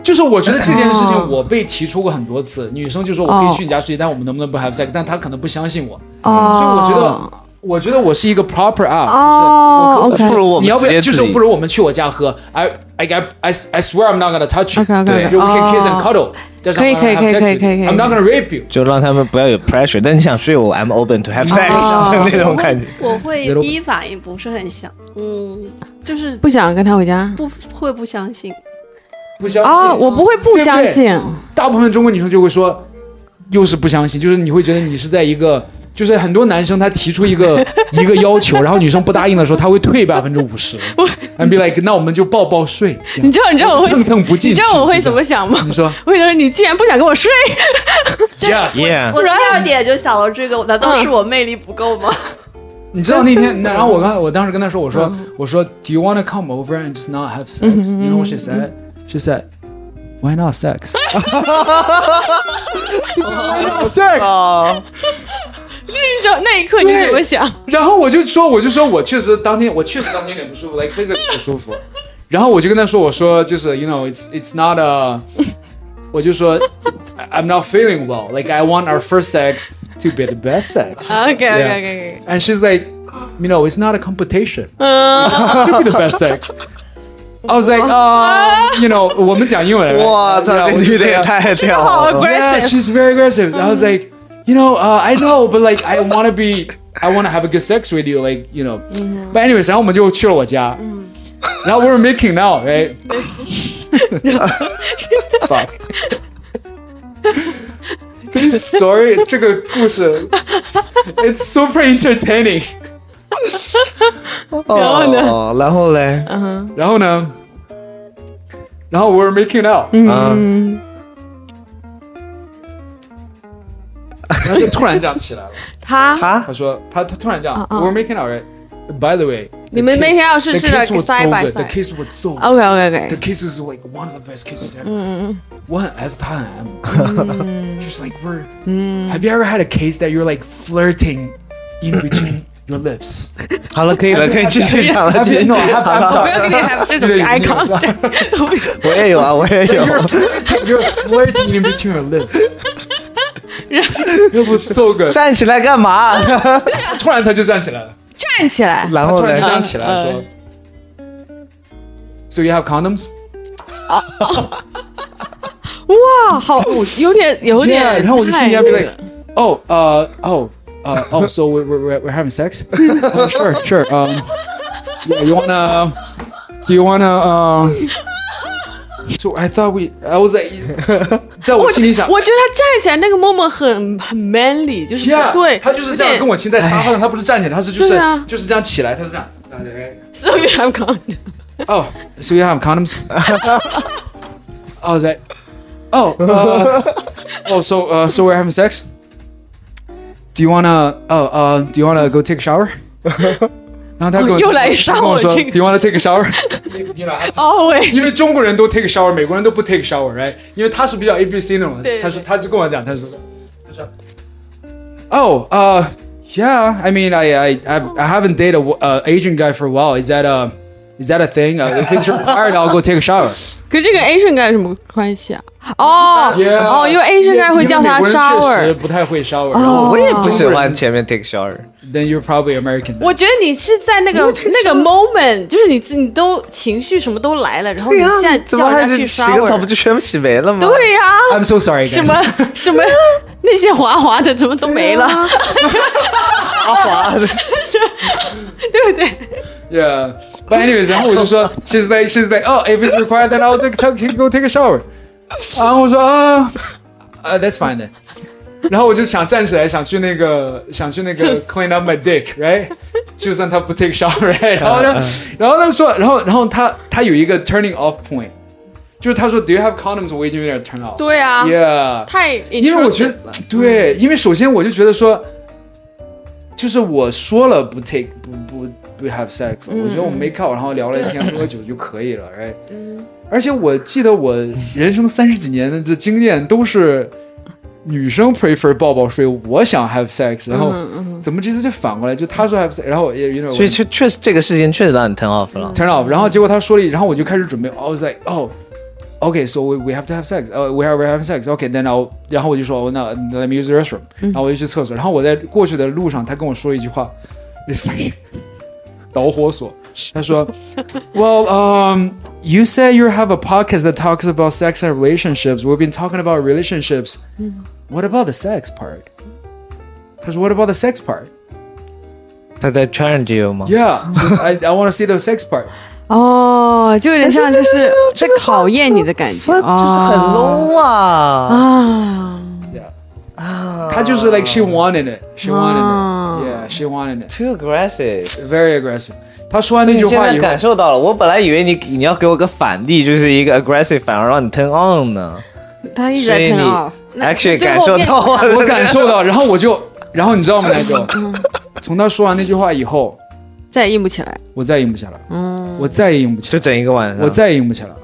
Speaker 2: 就是我觉得这件事
Speaker 4: 哦
Speaker 2: 情我被提出过很多次，女生就说我可以去你家睡，但我们能不能不 have sex？但她可能不相信我，
Speaker 4: 哦，
Speaker 2: 所以我觉得我觉得我是一个 proper up，、
Speaker 4: 哦
Speaker 2: 就是我可
Speaker 4: ，OK
Speaker 3: 不如我
Speaker 2: 你
Speaker 3: 们
Speaker 2: 要不
Speaker 3: 直
Speaker 2: 要？就
Speaker 3: 接
Speaker 2: 是
Speaker 3: 自己
Speaker 2: 不如我们去我家喝。I I I I I swear I'm not gonna touch you.
Speaker 4: OK，OK，OK
Speaker 2: 对就 we can kiss and
Speaker 4: 哦
Speaker 2: cuddle. 但是
Speaker 4: 可以
Speaker 2: I'm not
Speaker 4: 可
Speaker 2: gonna
Speaker 4: 以可
Speaker 2: have
Speaker 4: 以
Speaker 2: sex
Speaker 4: 可
Speaker 2: with
Speaker 4: 以可以
Speaker 2: you.
Speaker 4: 可以
Speaker 2: I'm not gonna rape you.
Speaker 3: 就让他们不要有 pressure，但你想睡我，I'm open to have sex
Speaker 4: 哦
Speaker 3: 那种感觉。
Speaker 5: 我会
Speaker 2: 觉得我
Speaker 5: 第一反应不是很想，嗯，就是
Speaker 4: 不想跟他回家。
Speaker 5: 不会不相信。
Speaker 2: 不相
Speaker 4: 哦，
Speaker 2: 信。
Speaker 4: 我不会不相信，
Speaker 2: 大部分中国女生就会说，又是不相信，就是你会觉得你是在一个。就是很多男生他提出一个 一个要求，然后女生不答应的时候，他会退百分之五十，and be like，那我们就抱抱睡，这样
Speaker 4: 你知道你知道我会
Speaker 2: 蹭蹭不进
Speaker 4: 你
Speaker 2: 去。
Speaker 4: 知道我会
Speaker 2: 就
Speaker 4: 怎
Speaker 2: 这样
Speaker 4: 么？想吗？
Speaker 2: 你说
Speaker 4: 我会觉得你既然不想跟我睡，
Speaker 2: yes，
Speaker 3: Yeah，
Speaker 5: 我第二点就想到这个，难道是我魅力不够 吗？
Speaker 2: 你知道那天，那然后我刚我当时跟他说，我说、
Speaker 4: 嗯
Speaker 2: 我说，Do you want to come over and just not have sex？、You
Speaker 4: Mm-hmm,
Speaker 2: know what she said? She said, Why not sex? Why not sex？
Speaker 3: 哦，
Speaker 4: 那时候那一刻你
Speaker 2: 对
Speaker 4: 怎么想？啊
Speaker 2: 然后我就说，我就说我确实当天我确实当天有点不舒服，like 非常不舒服。然后我就跟他说，我说就是 You know it's it's not a，我就说 I'm not feeling well. Like I want our first sex to be the best sex.
Speaker 4: OK OK
Speaker 2: Yeah.
Speaker 4: OK OK，
Speaker 2: And she's like, You know it's not a competition.
Speaker 4: 嗯，
Speaker 2: to be the best sex. I was like, uh, you know, 我们讲英文。
Speaker 3: 我操，哎这女的也太屌
Speaker 4: 好
Speaker 3: 了。
Speaker 2: Yeah,
Speaker 4: aggressive，
Speaker 2: she's very aggressive. I was like, you know, uh, I know, but like, I want to be, I want to have a good sex with you, like, you know. But anyways, 然后我们就去了我家。然后 we're making now, right? Fuck. This story，这个故事，it's super entertaining.
Speaker 3: 然
Speaker 4: 后呢嗯
Speaker 3: 呢？ 然后嘞？
Speaker 2: 然后呢，然后 we're making out，
Speaker 3: 嗯，
Speaker 2: 然后就突然这样起来了。
Speaker 4: 他
Speaker 3: 他
Speaker 2: 他说他他突然这样
Speaker 4: 啊啊
Speaker 2: ，We're making our by the way，
Speaker 4: 你们
Speaker 2: the kiss-
Speaker 4: making out 是
Speaker 2: the
Speaker 4: 是的
Speaker 2: kiss was so
Speaker 4: side by
Speaker 2: good, the
Speaker 4: side
Speaker 2: kiss was so good，
Speaker 4: OK OK OK
Speaker 2: the kiss was like one of the best kisses ever。
Speaker 4: 嗯嗯
Speaker 2: 我很 S 他很 M，just like we're。Have you ever had a case that you're like flirting in between your lips？
Speaker 3: 好了，可 以了，可以继续讲了。
Speaker 2: Have
Speaker 3: 继
Speaker 2: you
Speaker 3: 续
Speaker 2: no have
Speaker 3: 好
Speaker 2: I'm
Speaker 3: 了
Speaker 4: 我
Speaker 2: sorry。
Speaker 4: 没有给你 have 这种
Speaker 2: 对
Speaker 4: eye
Speaker 2: 你有
Speaker 4: contact，
Speaker 3: 我也有啊，我也有。
Speaker 2: You're flirting, you're flirting in between your lips。要不揍个，
Speaker 3: 站起来干嘛？
Speaker 2: 突然他就站起来了，
Speaker 4: 站起来
Speaker 3: 然
Speaker 2: 他
Speaker 3: 后
Speaker 2: 突 然就这？
Speaker 3: 呢
Speaker 4: 嗯
Speaker 2: 样起来说，So you have condoms？
Speaker 4: 哇，好有点有
Speaker 2: Yeah，
Speaker 4: 点，
Speaker 2: 啊然后我就瞬
Speaker 4: 太
Speaker 2: 间被
Speaker 4: 那
Speaker 2: like，哦，"Oh, uh, 呃，哦，呃，哦，so oh, we we we we're having sex? Oh, sure, sure. Um, yeah, you wanna? Do you wanna? Um. So I thought we. I was like，在我心里想
Speaker 4: 我觉得他站起来那个 moment 很很 manly，就是
Speaker 2: ，Yeah，
Speaker 4: 对，
Speaker 2: 他就是这样跟
Speaker 4: 我。
Speaker 2: 我亲在沙发上，他不是站起来，他是就是
Speaker 4: 对啊
Speaker 2: 就是这样起来，他是这样。大家哎
Speaker 4: 所以他们刚，
Speaker 2: Oh, so you have condoms? I was like, oh, uh, oh, so uh, so we're having sex. Do you wanna? Oh, uh, do you wanna go take a shower? 然后他跟我、
Speaker 4: 哦又来杀
Speaker 2: 他跟
Speaker 4: 我
Speaker 2: 我说
Speaker 4: 这个
Speaker 2: ，Do you wanna take a shower？You know,
Speaker 4: 哦喂，
Speaker 2: 因为中国人都 take a shower，美国人都不 take shower，right？因为他是比较 A B C 那种
Speaker 4: 对对
Speaker 2: 人，他说他就跟我讲，他说，他说，Oh, uh, yeah. I mean, I I I've- I haven't dated a w- uh, Asian guy for a while. Is that a Is that a thing? Uh, if it's required, I'll go take a shower.
Speaker 4: 跟这个 Asian guy 有什么关系啊？哦
Speaker 2: Yeah，
Speaker 4: 哦，因为 Asian guy 会叫 他
Speaker 2: 因为美国人确实
Speaker 4: shower。
Speaker 2: 不太会 shower，、
Speaker 3: 我也不喜欢前面 take shower。
Speaker 4: 哦
Speaker 2: Then you're probably American.
Speaker 4: 我觉得你是在那个那个 moment，就是你自你都情绪什么都来了，然后你
Speaker 2: 啊
Speaker 4: 现在
Speaker 3: 怎
Speaker 4: 叫
Speaker 3: 么还
Speaker 4: 他
Speaker 3: 是
Speaker 4: 去
Speaker 3: 洗
Speaker 4: 刷
Speaker 3: 个
Speaker 4: 我
Speaker 3: 澡，不就全部洗没了吗？
Speaker 4: 对呀、
Speaker 2: I'm so sorry, guys.
Speaker 4: 什么什么那些滑滑的怎么都没了，
Speaker 2: 啊
Speaker 3: 阿华的。
Speaker 4: 对不对？
Speaker 2: Yeah. But anyways，然后我就说 uh,，she's like she's like oh if it's required then I'll take take- go take a shower。然后我说啊，呃、that's uh, fine then。然后我就想站起来，想去那个，想去那个 clean up my dick，right？就算他不 take shower，right？然后呢，然后他说，然后然后他他有一个 turning off point，就是他说 Do you have condoms？我已经有点 turn off。
Speaker 4: 对啊
Speaker 2: Yeah。
Speaker 4: 太
Speaker 2: 因为我觉
Speaker 4: intrusive
Speaker 2: 得
Speaker 4: 了，
Speaker 2: 对，因为首先我就觉得说，就是我说了不 take 不不不 have sex，、我觉得我没 a 然后聊了一天喝酒就可以了，right？而且我记得我人生三十几年的这经验都是女生 prefer 抱抱睡，我想 have sex，然后怎么这次就反过来，就她说 have sex，然后也有点
Speaker 3: 所以确确实这个事情确实让你 turn off 了。
Speaker 2: turn off，然后结果她说了一，然后我就开始准备，I was like oh。Okay, so we we have to have sex. 呃、we are we having sex. Okay, then I'll. 然后我就说，oh, no, let me use the restroom. 然后我就去厕所。然后我在过去的路上，他跟我说一句话，it's like 导火索。他说，Well, um, you said you have a podcast that talks about sex and relationships. We've been talking about relationships. What about the sex part? 他说，What about the sex part?
Speaker 3: 他在 challenge you 吗？
Speaker 2: Yeah, I I want to see the sex part.
Speaker 4: 哦，就有点像就是在
Speaker 3: 哎这个
Speaker 4: 考验你的感觉，
Speaker 3: 他就是很
Speaker 4: 啊
Speaker 3: low 啊！
Speaker 4: 啊。
Speaker 2: Yeah. 他就是 like she wanted it, she wanted
Speaker 4: Ah.
Speaker 2: it, yeah, she wanted it.
Speaker 3: Too aggressive。
Speaker 2: Very aggressive。他说完那
Speaker 3: 你
Speaker 2: 句
Speaker 3: 现
Speaker 2: 话
Speaker 3: 在
Speaker 2: 以后
Speaker 3: 感，受到了，我本来以为你你要给我个反例，就是一个 aggressive，反而让你 turn on 呢。
Speaker 4: 他一直
Speaker 3: 所
Speaker 4: 在
Speaker 3: 以
Speaker 4: turn
Speaker 3: 你
Speaker 4: off，那
Speaker 3: actually
Speaker 4: 最
Speaker 3: 感
Speaker 4: 后
Speaker 3: 受
Speaker 4: 变
Speaker 3: 到我的
Speaker 2: 我感受到，然后我就，然后你知道吗，奶哥？从他说完那句话以后，
Speaker 4: 再也硬不起来。
Speaker 2: 我再也硬不起来了，
Speaker 4: 嗯，
Speaker 2: 我再也硬不起
Speaker 3: 就
Speaker 2: 来
Speaker 3: 整一个晚
Speaker 2: 了，
Speaker 3: 上，
Speaker 2: 我再也硬不起来了，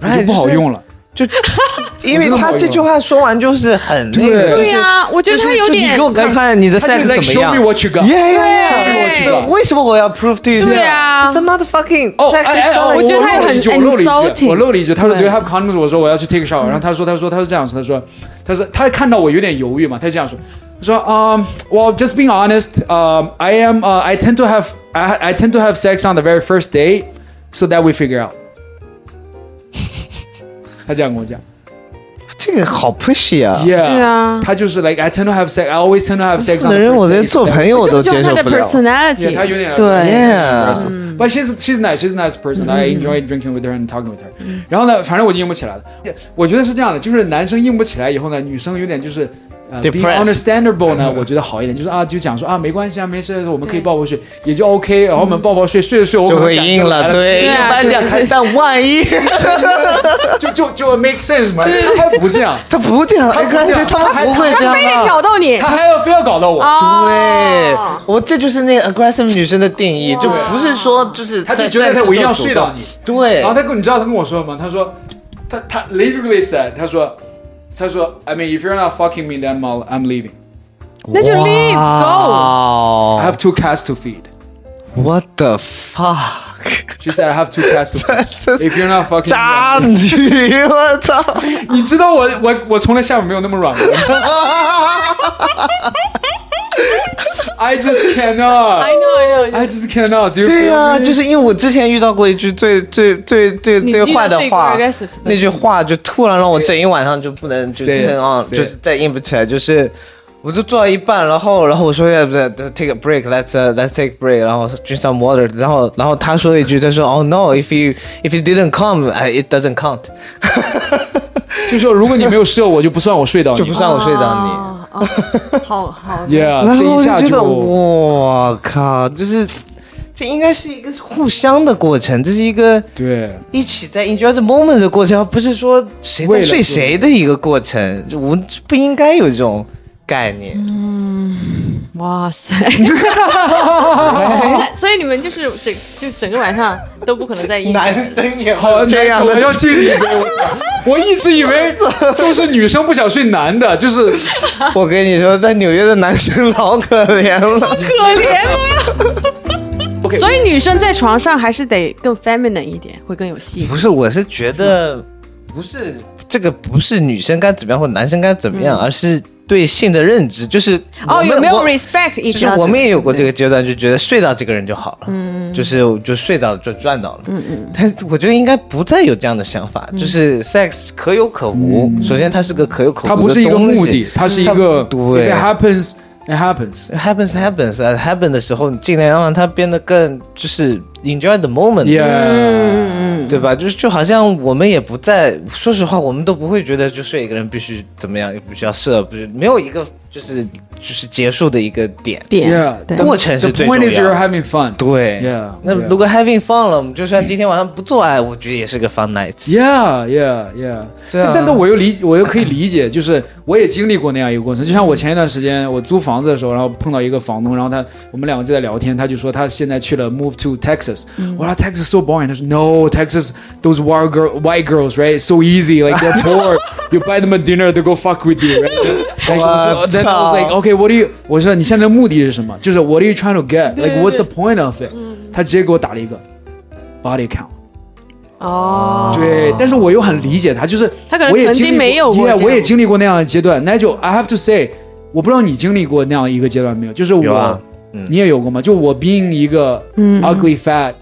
Speaker 2: 我
Speaker 3: 哎
Speaker 2: 就不好用了。
Speaker 3: 就 因为他这句话说完就是很那
Speaker 2: 对
Speaker 3: 个，就是
Speaker 4: 对呀，我觉得
Speaker 3: 就是
Speaker 4: 他有
Speaker 3: 就你
Speaker 4: 点
Speaker 3: 给，我看看你的
Speaker 2: 他就是
Speaker 3: sex
Speaker 2: like
Speaker 3: 怎么
Speaker 2: show
Speaker 3: 样
Speaker 2: me what you got。
Speaker 3: ？Yeah yeah
Speaker 2: 对
Speaker 3: yeah，
Speaker 2: 我知道
Speaker 3: 为什么我要 prove to you？
Speaker 4: 对啊
Speaker 3: It's not fucking
Speaker 2: 哦，
Speaker 3: sex
Speaker 2: 哎
Speaker 3: is
Speaker 2: 哎，哦
Speaker 3: not
Speaker 4: 我觉得他也
Speaker 2: 漏了一句
Speaker 4: 很
Speaker 2: 我漏了一句，
Speaker 4: insulting
Speaker 2: 我漏了一句。他说 Do you have condoms？我说我要去 take a shower。然后他说他说他是这样说，他说他说他看到我有点犹豫嘛，他就这样说，他说 Um, well, just being honest, um, I am, uh, I tend to have, I I tend to have sex on the very first date, so that we figure out。他这样跟我讲
Speaker 3: 这个好 pushy 啊！
Speaker 4: 对
Speaker 2: ，Yeah，
Speaker 4: 啊，
Speaker 2: 他就是 like I tend to have sex, I always tend to have sex
Speaker 3: 这
Speaker 2: on the
Speaker 3: 种
Speaker 2: first
Speaker 3: 人
Speaker 2: date。
Speaker 3: 我连做朋友都
Speaker 4: 就
Speaker 3: 接
Speaker 4: 是
Speaker 3: 受
Speaker 4: 他的
Speaker 3: 不了。
Speaker 4: personality，
Speaker 2: Yeah，他有点啊
Speaker 4: 对，
Speaker 3: Yeah，
Speaker 2: But she's she's nice, she's a nice person. I
Speaker 3: Mm
Speaker 2: enjoy drinking with her and talking with her.
Speaker 3: 嗯
Speaker 2: 然后呢，反正我就硬不起来了。我觉得是这样的，就是男生硬不起来以后呢，女生有点就是呃 being
Speaker 3: Depressed 嗯
Speaker 2: understandable 呢，我觉得好一点，就是啊，就讲说啊，没关系啊，没事，我们可以抱抱睡，也就 OK，然后我们抱抱睡，睡着睡，我可
Speaker 3: 嗯就
Speaker 2: 能
Speaker 3: 会
Speaker 2: 感觉
Speaker 3: 硬
Speaker 2: 来
Speaker 3: 了，
Speaker 2: 了，
Speaker 3: 对，
Speaker 4: 对啊
Speaker 3: 一般这样
Speaker 4: 对
Speaker 3: 但万一
Speaker 2: 就就就 make sense 嘛，他还不这样，
Speaker 3: 他不这样，哎
Speaker 2: 不这样
Speaker 3: 他们不会这样
Speaker 4: 非得
Speaker 3: 啊。
Speaker 4: 挑逗你哦
Speaker 2: 他还要非要搞到我，
Speaker 3: 哦对，我这就是那个 aggressive 女生的定义，就不是说就是
Speaker 2: 他就
Speaker 3: 在
Speaker 2: 觉得
Speaker 3: 在
Speaker 2: 他我一定要
Speaker 3: 做
Speaker 2: 睡
Speaker 3: 主动
Speaker 2: 到你，
Speaker 3: 对
Speaker 2: 然后他跟你知道他跟我说什么？他说，他他 literally said，他说，他说，I mean if you're not fucking me, then I'm I'm leaving.
Speaker 4: 那就 leave go。
Speaker 2: I
Speaker 3: 哇
Speaker 2: have two cats to feed.
Speaker 3: What the fuck！
Speaker 2: She said I have two cats to feed.
Speaker 3: 这
Speaker 2: If you're not fucking, me,
Speaker 3: 渣
Speaker 2: then-
Speaker 3: 女， 我操！
Speaker 2: 你知道我我我从来下面没有那么 软过。I just
Speaker 4: I
Speaker 2: cannot.
Speaker 4: know, I know.
Speaker 2: I just cannot. Do you
Speaker 3: 对
Speaker 2: feel
Speaker 3: 呀、
Speaker 2: me?
Speaker 3: 就是因为我之前遇到过一句最最最最
Speaker 4: 你
Speaker 3: 最
Speaker 4: 遇到
Speaker 3: 坏的
Speaker 4: 最
Speaker 3: 话
Speaker 4: aggressive 的，
Speaker 3: 那句话就突然让我整一晚上就不能就
Speaker 2: Say it,
Speaker 3: turn on，
Speaker 2: say it.
Speaker 3: 就是再硬不起来，就是。我就做到一半，然后，然后我说要不要 take a break，let's、let's take a break，然后 drink some water，然后，然后他说一句，他说 Oh no，if you if you didn't come，it doesn't count，
Speaker 2: 就说如果你没有射我，就不算我睡到
Speaker 3: 就不
Speaker 2: 你。
Speaker 3: 算我睡到你。
Speaker 4: 啊啊好好
Speaker 2: Yeah，
Speaker 3: 然
Speaker 2: 这一
Speaker 3: 后我
Speaker 2: 下
Speaker 3: 就觉得，
Speaker 2: 就
Speaker 3: 我靠，就是这应该是一个互相的过程，这是一个
Speaker 2: 对。
Speaker 3: 一起在 enjoy the moment 的过程，而不是说谁在睡谁的一个过程，就我不应该有这种概念。
Speaker 4: 嗯哇 塞！所以你们就是整就整个晚上都不可能在一起。
Speaker 3: 男生也
Speaker 2: 好
Speaker 3: 好这样
Speaker 2: 我
Speaker 3: 的
Speaker 2: 要敬你一杯。我 我一直以为都是女生不想睡男的，就是
Speaker 3: 我跟你说，在纽约的男生老可怜了。
Speaker 4: 可怜啊了。所以女生在床上还是得更 feminine 一点，会更有戏。
Speaker 3: 不是，我是觉得不是这个，不是女生该怎么样或男生该怎么样，而是对性的认知，就是我
Speaker 4: 嗯哦，
Speaker 3: 们
Speaker 4: 有没有
Speaker 3: 我
Speaker 4: respect 一
Speaker 3: 就是我们也有过这个阶段，就觉得睡到这个人就好了，嗯，就是就睡到了就赚到了，嗯嗯。但我觉得应该不再有这样的想法，就是 sex 可有可无。首先，它是个可有可无的
Speaker 2: 嗯它不是一个
Speaker 3: 东西
Speaker 2: 目的，它是一个
Speaker 3: 对
Speaker 2: If it happens, it happens。
Speaker 3: happens happens at happen 的时候，你尽量让它变得更就是 enjoy the moment，、
Speaker 2: Yeah，
Speaker 3: 对吧？就是就好像我们也不再，说实话，我们都不会觉得就睡一个人必须怎么样，也必须要射，不是没有一个就是就是结束的一个点。
Speaker 4: 点
Speaker 2: Yeah，，
Speaker 4: 对
Speaker 3: 过程是
Speaker 2: The
Speaker 3: 最重
Speaker 2: point is
Speaker 3: 要
Speaker 2: you're
Speaker 3: 的。
Speaker 2: having fun。
Speaker 3: 对
Speaker 2: Yeah，
Speaker 3: 那
Speaker 2: yeah
Speaker 3: 如果 having fun 了，我们就算今天晚上不做爱，我觉得也是个 fun night。
Speaker 2: Yeah, yeah, yeah
Speaker 3: 对啊
Speaker 2: 但。但但我又理，我又可以理解，就是我也经历过那样一个过程。就像我前一段时间我租房子的时候，然后碰到一个房东，然后他我们两个就在聊天，他就说他现在去了 move to Texas。我
Speaker 3: 嗯
Speaker 2: 说 Texas so boring，他说 No Texas those white girl white girls right so easy like they're poor you buy them a dinner they go fuck with you right。然后我说 Then I was like OK what do you 我说你现在的目的是什么？就是 What are you trying to get like what's the point of it？他直
Speaker 3: Mm.
Speaker 2: 接给我打了一个 body count。
Speaker 4: 哦，
Speaker 2: 对，但是我又很理解他，就是
Speaker 4: 他可能
Speaker 2: 我也
Speaker 4: 曾
Speaker 2: 经历
Speaker 4: 经没有过
Speaker 2: 过，
Speaker 4: 这
Speaker 2: yeah, 我也
Speaker 4: 样
Speaker 2: 经历过那样的阶段。Nigel, I have to say，我不知道你经历过那样一个阶段没有？就是我，
Speaker 3: 有啊
Speaker 2: 你也有过吗？就我 being 一个
Speaker 4: 嗯
Speaker 2: ugly fat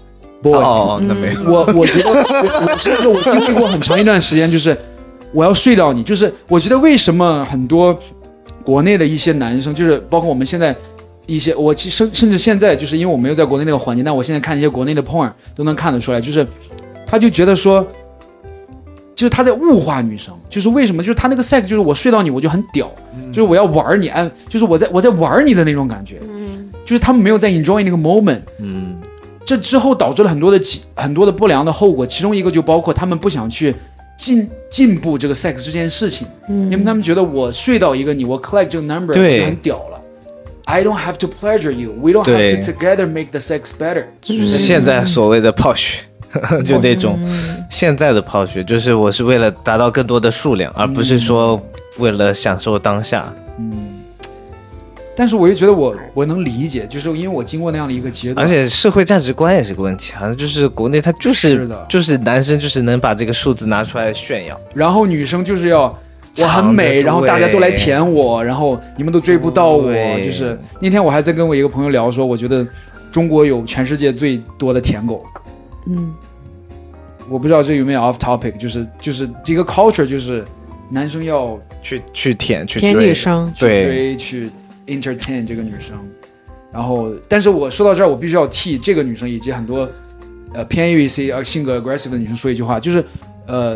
Speaker 2: boy，、
Speaker 3: 哦，那没有。
Speaker 2: 我我觉得我我是我经历过很长一段时间，就是我要睡到你，就是我觉得为什么很多国内的一些男生，就是包括我们现在一些，我其实甚至现在就是因为我没有在国内那个环境，但我现在看一些国内的 porn 都能看得出来，就是他就觉得说。就是他在物化女生，就是为什么？就是他那个 sex，就是我睡到你，我就很屌，
Speaker 3: 嗯
Speaker 2: 就是我要玩你，哎，就是我在我在玩你的那种感觉，就是他们没有在 enjoy 那个 moment，
Speaker 3: 嗯，
Speaker 2: 这之后导致了很多的其很多的不良的后果，其中一个就包括他们不想去进进步这个 sex 这件事情，因为他们觉得我睡到一个你，我 collect 这个 number
Speaker 3: 对
Speaker 2: 就很屌了。I don't have to pleasure you. We don't have
Speaker 3: 对
Speaker 2: to together make the sex better.
Speaker 3: 就是现在所谓的泡血， 就那种嗯现在的泡血，就是我是为了达到更多的数量，而
Speaker 2: 嗯
Speaker 3: 不是说为了享受当下。
Speaker 2: 但是我又觉得我我能理解，就是因为我经过那样的一个阶段，
Speaker 3: 而且社会价值观也是个问题，好像就是国内它就是
Speaker 2: 是的
Speaker 3: 就是男生就是能把这个数字拿出来炫耀。
Speaker 2: 然后女生就是要我很美，
Speaker 3: 长得
Speaker 2: 然后大家
Speaker 3: 对
Speaker 2: 都来舔我，然后你们都追不到我。
Speaker 3: 对
Speaker 2: 就是那天我还在跟我一个朋友聊说，我觉得中国有全世界最多的舔狗。
Speaker 4: 嗯，
Speaker 2: 我不知道这有没有 off topic，就是就是这个 culture 就是男生要
Speaker 3: 去去舔去
Speaker 4: 舔
Speaker 3: 追
Speaker 4: 女生
Speaker 2: 去
Speaker 3: 对，
Speaker 2: 追去 entertain 这个女生，然后但是我说到这儿，我必须要替这个女生以及很多呃偏 AVC 而性格 aggressive 的女生说一句话，就是呃，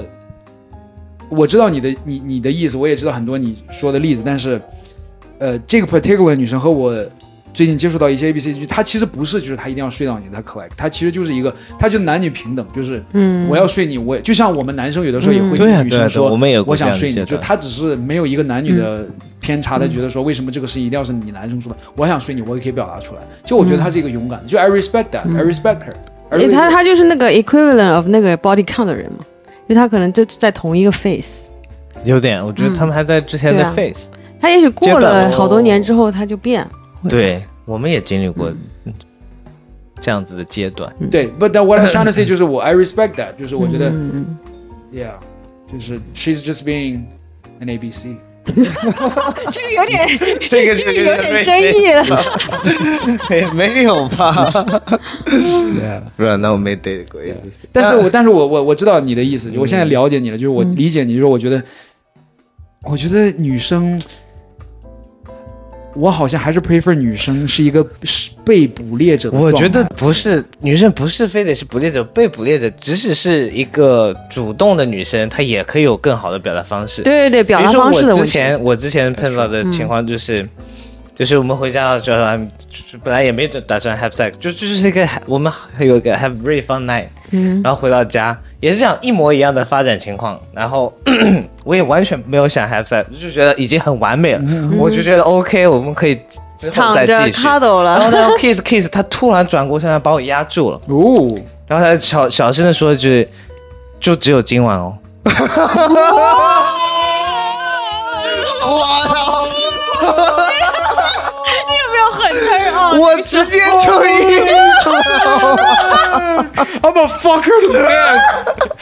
Speaker 2: 我知道你的你你的意思，我也知道很多你说的例子，但是呃，这个 particular 女生和我最近接触到一些 A B C 剧，她其实不是就是她一定要睡到你，她 collect，她其实就是一个，她就男女平等，就是
Speaker 4: 嗯
Speaker 2: 我要睡你，我也就像我们男生有的时候也会
Speaker 3: 对啊
Speaker 2: 跟女
Speaker 3: 对啊对啊
Speaker 2: 生说，
Speaker 3: 我们也有过
Speaker 2: 我想
Speaker 3: 这样的
Speaker 2: 睡
Speaker 3: 阶
Speaker 2: 你，就
Speaker 3: 段嗯
Speaker 2: 她只是没有一个男女的偏差，她觉得说为什么这个事情一定要是你男生说的，我想睡你，我也可以表达出来。就我觉得
Speaker 3: 嗯
Speaker 2: 她是一个勇敢的，就 I respect that，I respect her。
Speaker 4: 嗯诶他他就是那个 equivalent of 那个 body count 的人嘛，因为他可能就在同一个 face，
Speaker 3: 有点，我觉得他们还在之前的
Speaker 4: 嗯
Speaker 3: face，
Speaker 4: 他也许过
Speaker 3: 阶段
Speaker 4: 了
Speaker 3: 哦
Speaker 4: 好多年之后他就变。
Speaker 3: 对我们也经历过这样子的阶段。
Speaker 2: 对，but then what I'm trying to say 就是我 I respect that，就是我觉得、y
Speaker 4: 嗯
Speaker 2: e a h 就是 she's just being an A B C。
Speaker 4: 这个有点，
Speaker 3: 这个
Speaker 4: 这个有点争议了。
Speaker 3: 议，没有吧？
Speaker 2: Yeah.
Speaker 3: 不然那我没 date 过。
Speaker 2: 但是我但是我我我知道你的意思，我现在了解你了，就是我理解你，就是我觉得，我觉得女生，我好像还是 prefer 女生是一个是被捕猎者的
Speaker 3: 我
Speaker 2: 状态。
Speaker 3: 觉得不是女生，不是非得是捕猎者、被捕猎者，即使是一个主动的女生，她也可以有更好的表达方式。，
Speaker 4: 对对对，表达方式的
Speaker 3: 我
Speaker 4: 问
Speaker 3: 之
Speaker 4: 题。嗯
Speaker 3: 前我之前碰到的情况就是，就是我们回家的时候，嗯就是本来也没打算 have sex，就就是一个我们还有一个 have very fun night，
Speaker 4: 嗯
Speaker 3: 然后回到家也是这样一模一样的发展情况，然后 我也完全没有想 have sex，就觉得已经很完美了，我就觉得 OK，我们可以之后
Speaker 4: 嗯躺
Speaker 3: 再
Speaker 4: 着
Speaker 3: 继续。
Speaker 4: cuddle
Speaker 3: 然后
Speaker 4: 了，
Speaker 3: 他 kiss kiss，他突然转过身来把我压住了，
Speaker 2: 哦，
Speaker 3: 然后他小小声的说一句：“就只有今晚哦。”
Speaker 4: 没有很 turn on
Speaker 3: 我直接就晕了。
Speaker 2: I'm a fucker to death.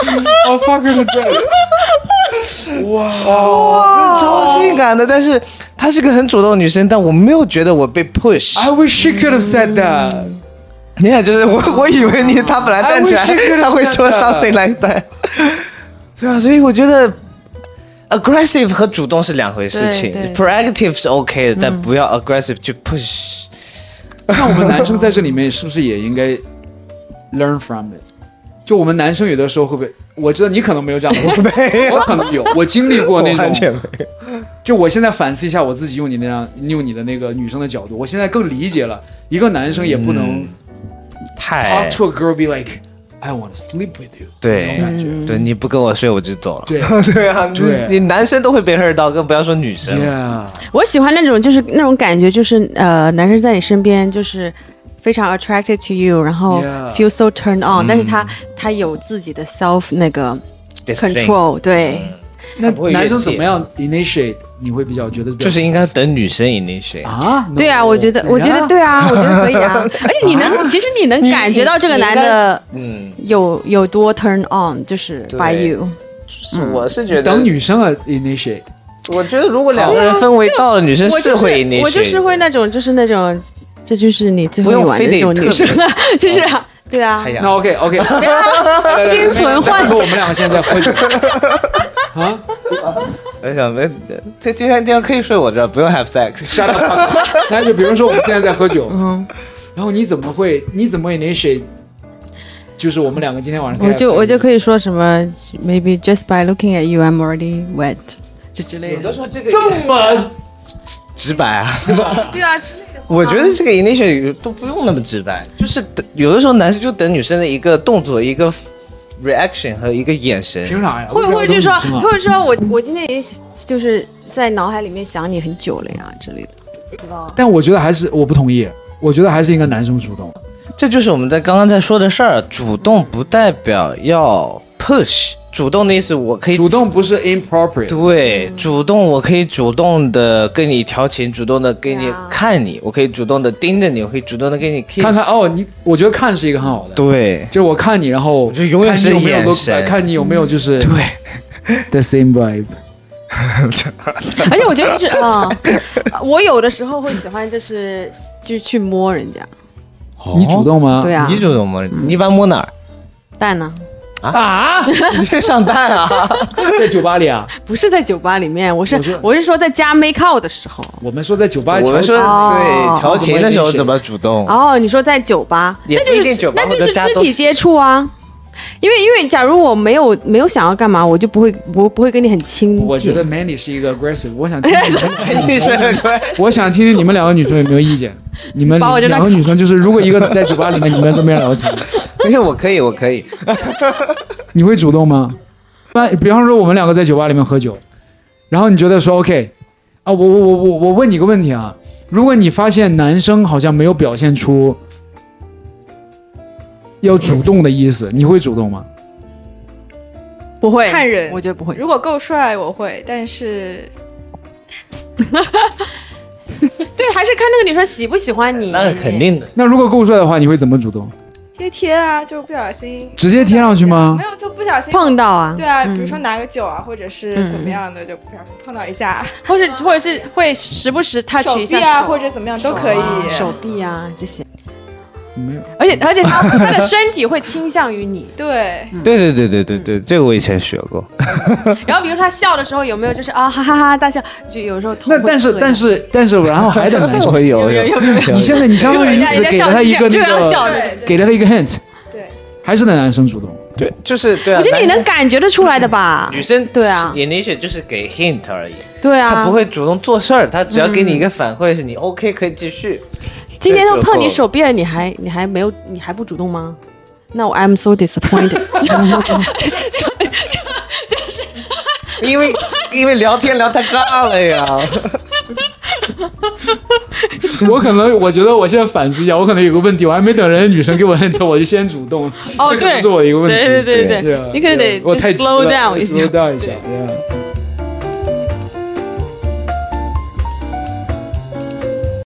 Speaker 2: I'm a fucker to death. 哇、
Speaker 3: 哇，超性感的，但是她是个很主动的女生，但我没有觉得我被 push。
Speaker 2: i wish she could have said that.
Speaker 3: 哎你也就是我， 哎我以为你她本来站起来
Speaker 2: I wish I could have，
Speaker 3: 她会说
Speaker 2: said that
Speaker 3: something like that。对啊，所以我觉得 aggressive 和主动是两回事情
Speaker 4: 对对嗯
Speaker 3: ，proactive 是 OK 的，但不要 aggressive 去 push。
Speaker 2: 那我们男生在这里面是不是也应该 learn from it？就我们男生有的时候会不会？我知道你可能没有这样的，我没我可能有，我经历过那
Speaker 3: 我完全
Speaker 2: 种。
Speaker 3: 没有
Speaker 2: 就我现在反思一下我自己，用你那样，用你的那个女生的角度，我现在更理解了，一个男生也不能
Speaker 3: 嗯太
Speaker 2: talk to a girl be like I want to sleep with you 那
Speaker 3: 对
Speaker 2: 种感觉。
Speaker 4: 嗯
Speaker 3: 对，你不跟我睡我就走了。
Speaker 2: 对
Speaker 3: 对啊，你
Speaker 2: 对
Speaker 3: 你男生都会被 hurt 到，更不要说女生了。
Speaker 2: ，Yeah，
Speaker 4: 我喜欢那种就是那种感觉，就是呃，男生在你身边就是非常 attracted to you，然后
Speaker 2: Yeah
Speaker 4: feel so turned on，、但是他他有自己的 self 那个
Speaker 3: Discipline
Speaker 4: control，对，
Speaker 2: 那
Speaker 3: 不会越
Speaker 2: 男生
Speaker 3: 界
Speaker 2: 怎么样 initiate？你会比较觉得比较
Speaker 3: 就是应该等女生 initiate。
Speaker 2: 啊？
Speaker 4: 对啊，
Speaker 2: No
Speaker 4: 我觉得，我觉得，对啊，我觉得可以啊，而且你能，其实你能感觉到这个男的
Speaker 3: 嗯，
Speaker 4: 有有多 turn on，就是
Speaker 3: 对
Speaker 4: by you，
Speaker 3: 我是觉
Speaker 2: 你等，女生啊 initiate。
Speaker 3: 我觉得如果两个人氛围到了，女生
Speaker 4: 我就是
Speaker 3: 会
Speaker 4: 我就
Speaker 3: initiate
Speaker 4: 是
Speaker 3: 的。
Speaker 4: 会那种，就是那种，这就是你最
Speaker 3: 不
Speaker 4: 后
Speaker 3: 用
Speaker 4: 一晚的
Speaker 3: 非得
Speaker 4: 这种女生
Speaker 3: 特别，
Speaker 4: 就是啊，对啊
Speaker 3: 哎，呀
Speaker 2: 那 OK OK，心
Speaker 4: 心存幻
Speaker 2: 说我们两个现在喝酒啊
Speaker 3: 我想问，这今天今天可以睡我这儿， 不用 have sex。
Speaker 2: ，shut up。那 就比如说我们现在在喝酒，嗯，然后你怎么会你怎么 initiate？就是我们两个今天晚上，
Speaker 4: 我就我就可以说什么，maybe just by looking at you I'm already wet，就之类的。
Speaker 3: 时候这个这么直白啊，
Speaker 4: 对啊，之类的。
Speaker 3: 我觉得这个 initiate 都不用那么直白，就是等有的时候男生就等女生的一个动作、一个 reaction 和一个眼神。
Speaker 2: 凭啥呀？
Speaker 4: 会不会就说，
Speaker 2: 啊我不知道
Speaker 4: 会不会说我我今天也就是在脑海里面想你很久了呀之类的。
Speaker 2: 但我觉得还是我不同意，我觉得还是应该男生主动。
Speaker 3: 这就是我们在刚刚在说的事儿，主动不代表要 push，主动的意思我可以
Speaker 2: 主动不是 inappropriate，
Speaker 3: 对，主动我可以主动的跟你调情，主动的跟
Speaker 4: 对
Speaker 3: 你
Speaker 4: 啊
Speaker 3: 看你，我可以主动的盯着你，我可以主动的跟你 kiss。
Speaker 2: 看看，哦，你我觉得看是一个很好的，
Speaker 3: 对
Speaker 2: 就是我看你，然后
Speaker 3: 就永远是
Speaker 2: 看你有没有 look
Speaker 3: 眼神
Speaker 2: back，看你有没有就是
Speaker 3: 对，
Speaker 2: the same vibe。
Speaker 4: 而且我觉得就是啊、我有的时候会喜欢就是就去摸人家
Speaker 2: 你主动吗？
Speaker 4: 对啊
Speaker 3: 你主动摸，你一般摸哪儿？
Speaker 4: 蛋呢，
Speaker 2: 啊，
Speaker 3: 直接上蛋 啊！
Speaker 2: 在酒吧里啊。
Speaker 4: 不是在酒吧里面，我是
Speaker 2: 我哦说
Speaker 4: 我是说在加 make out 的时候。
Speaker 2: 我们说在酒吧，
Speaker 3: 我们说
Speaker 4: 哦
Speaker 3: 啊对调情的时候怎么主动？
Speaker 4: 哦，你说在酒吧，
Speaker 3: 也
Speaker 4: 那就
Speaker 3: 不一定
Speaker 4: 是
Speaker 3: 酒吧
Speaker 4: 那就
Speaker 3: 或
Speaker 4: 是
Speaker 3: 者家
Speaker 4: 肢
Speaker 3: 都
Speaker 4: 体
Speaker 3: 是
Speaker 4: 接触啊，因为因为假如我没有没有想要干嘛，我就不会我不会跟你很亲近。
Speaker 2: 我觉得 Mandy 是一个 aggressive，我想听
Speaker 4: 哎
Speaker 2: 听
Speaker 3: 你是很乖。
Speaker 2: 我想听听你们两个女生有没有意 见。你们
Speaker 4: 把我扔到
Speaker 2: 两个女生就是，如果一个在酒吧里面，你们都没聊天，
Speaker 3: 没有，我可以，我可以。
Speaker 2: 你会主动吗？那比方说我们两个在酒吧里面喝酒，然后你觉得说 OK，啊，我我我我我问你个问题啊，如果你发现男生好像没有表现出要主动的意思，你会主动吗？
Speaker 4: 不会
Speaker 6: 看人
Speaker 4: 我觉得不会。
Speaker 6: 如果够帅，我会，但是
Speaker 4: 对，还是看那个女生喜不喜欢 你。
Speaker 3: 那肯定的，
Speaker 2: 那如果够帅的话，你会怎么主动？
Speaker 6: 贴贴啊，就不小心
Speaker 2: 直接贴上去吗
Speaker 6: 没？有，就不小心
Speaker 4: 啊碰。到啊，
Speaker 6: 对啊，
Speaker 4: 嗯
Speaker 6: 比如说拿个酒啊，或者是怎么样的，就不小心碰到一下
Speaker 4: 或者或者是会时不时 touch
Speaker 6: 手
Speaker 4: 一
Speaker 6: 臂
Speaker 4: 下
Speaker 6: 啊，
Speaker 4: 手
Speaker 6: 或者怎么样都可以。
Speaker 4: 啊手臂啊这些，
Speaker 2: 没有。
Speaker 4: 而且而且 他他的身体会倾向于你。
Speaker 6: 对，
Speaker 4: 嗯
Speaker 3: 对对对对对对，这个我以前学过。
Speaker 4: 然后比如说他笑的时候有没有就是啊哈哈哈大笑，就有时候头
Speaker 2: 那
Speaker 4: 会
Speaker 2: 但是
Speaker 4: 侧
Speaker 2: 但是但是，然后还等男生
Speaker 3: 我。哎有
Speaker 4: 有有
Speaker 2: 你现在你相当于你
Speaker 4: 人家
Speaker 2: 只
Speaker 4: 人家
Speaker 2: 给
Speaker 4: 笑
Speaker 2: 了他一个
Speaker 4: 就
Speaker 2: 那
Speaker 4: 要笑
Speaker 2: 个，
Speaker 4: 的。
Speaker 6: 对
Speaker 2: 给了他一个 hint，
Speaker 6: 对，
Speaker 2: 还是得男生主动。
Speaker 3: 对，就是对啊。
Speaker 4: 我觉得你
Speaker 3: 男
Speaker 4: 能感觉得出来的吧？
Speaker 3: 女 生
Speaker 4: 对啊
Speaker 3: 眼里血就是给 hint 而已，
Speaker 4: 对啊，
Speaker 3: 她不。会主动做事儿，她只要给你一个反馈，是你 OK 可以继续。
Speaker 4: 今天都碰你手臂了，你还你还没有你还不主动吗？那我 I'm so disappointed。
Speaker 3: 因为因为聊天聊太尬了呀。
Speaker 2: 我可能我觉得我现在反思一下，我可能有个问题，我还没等人家女生给我 hint，我就先主动了。
Speaker 4: 哦
Speaker 2: 这可能
Speaker 4: 对
Speaker 2: 是我的一个问题。
Speaker 4: 对对对
Speaker 2: 对啊
Speaker 4: 你可能得
Speaker 2: 我太
Speaker 4: slow down 一下
Speaker 2: slow down 一下。对啊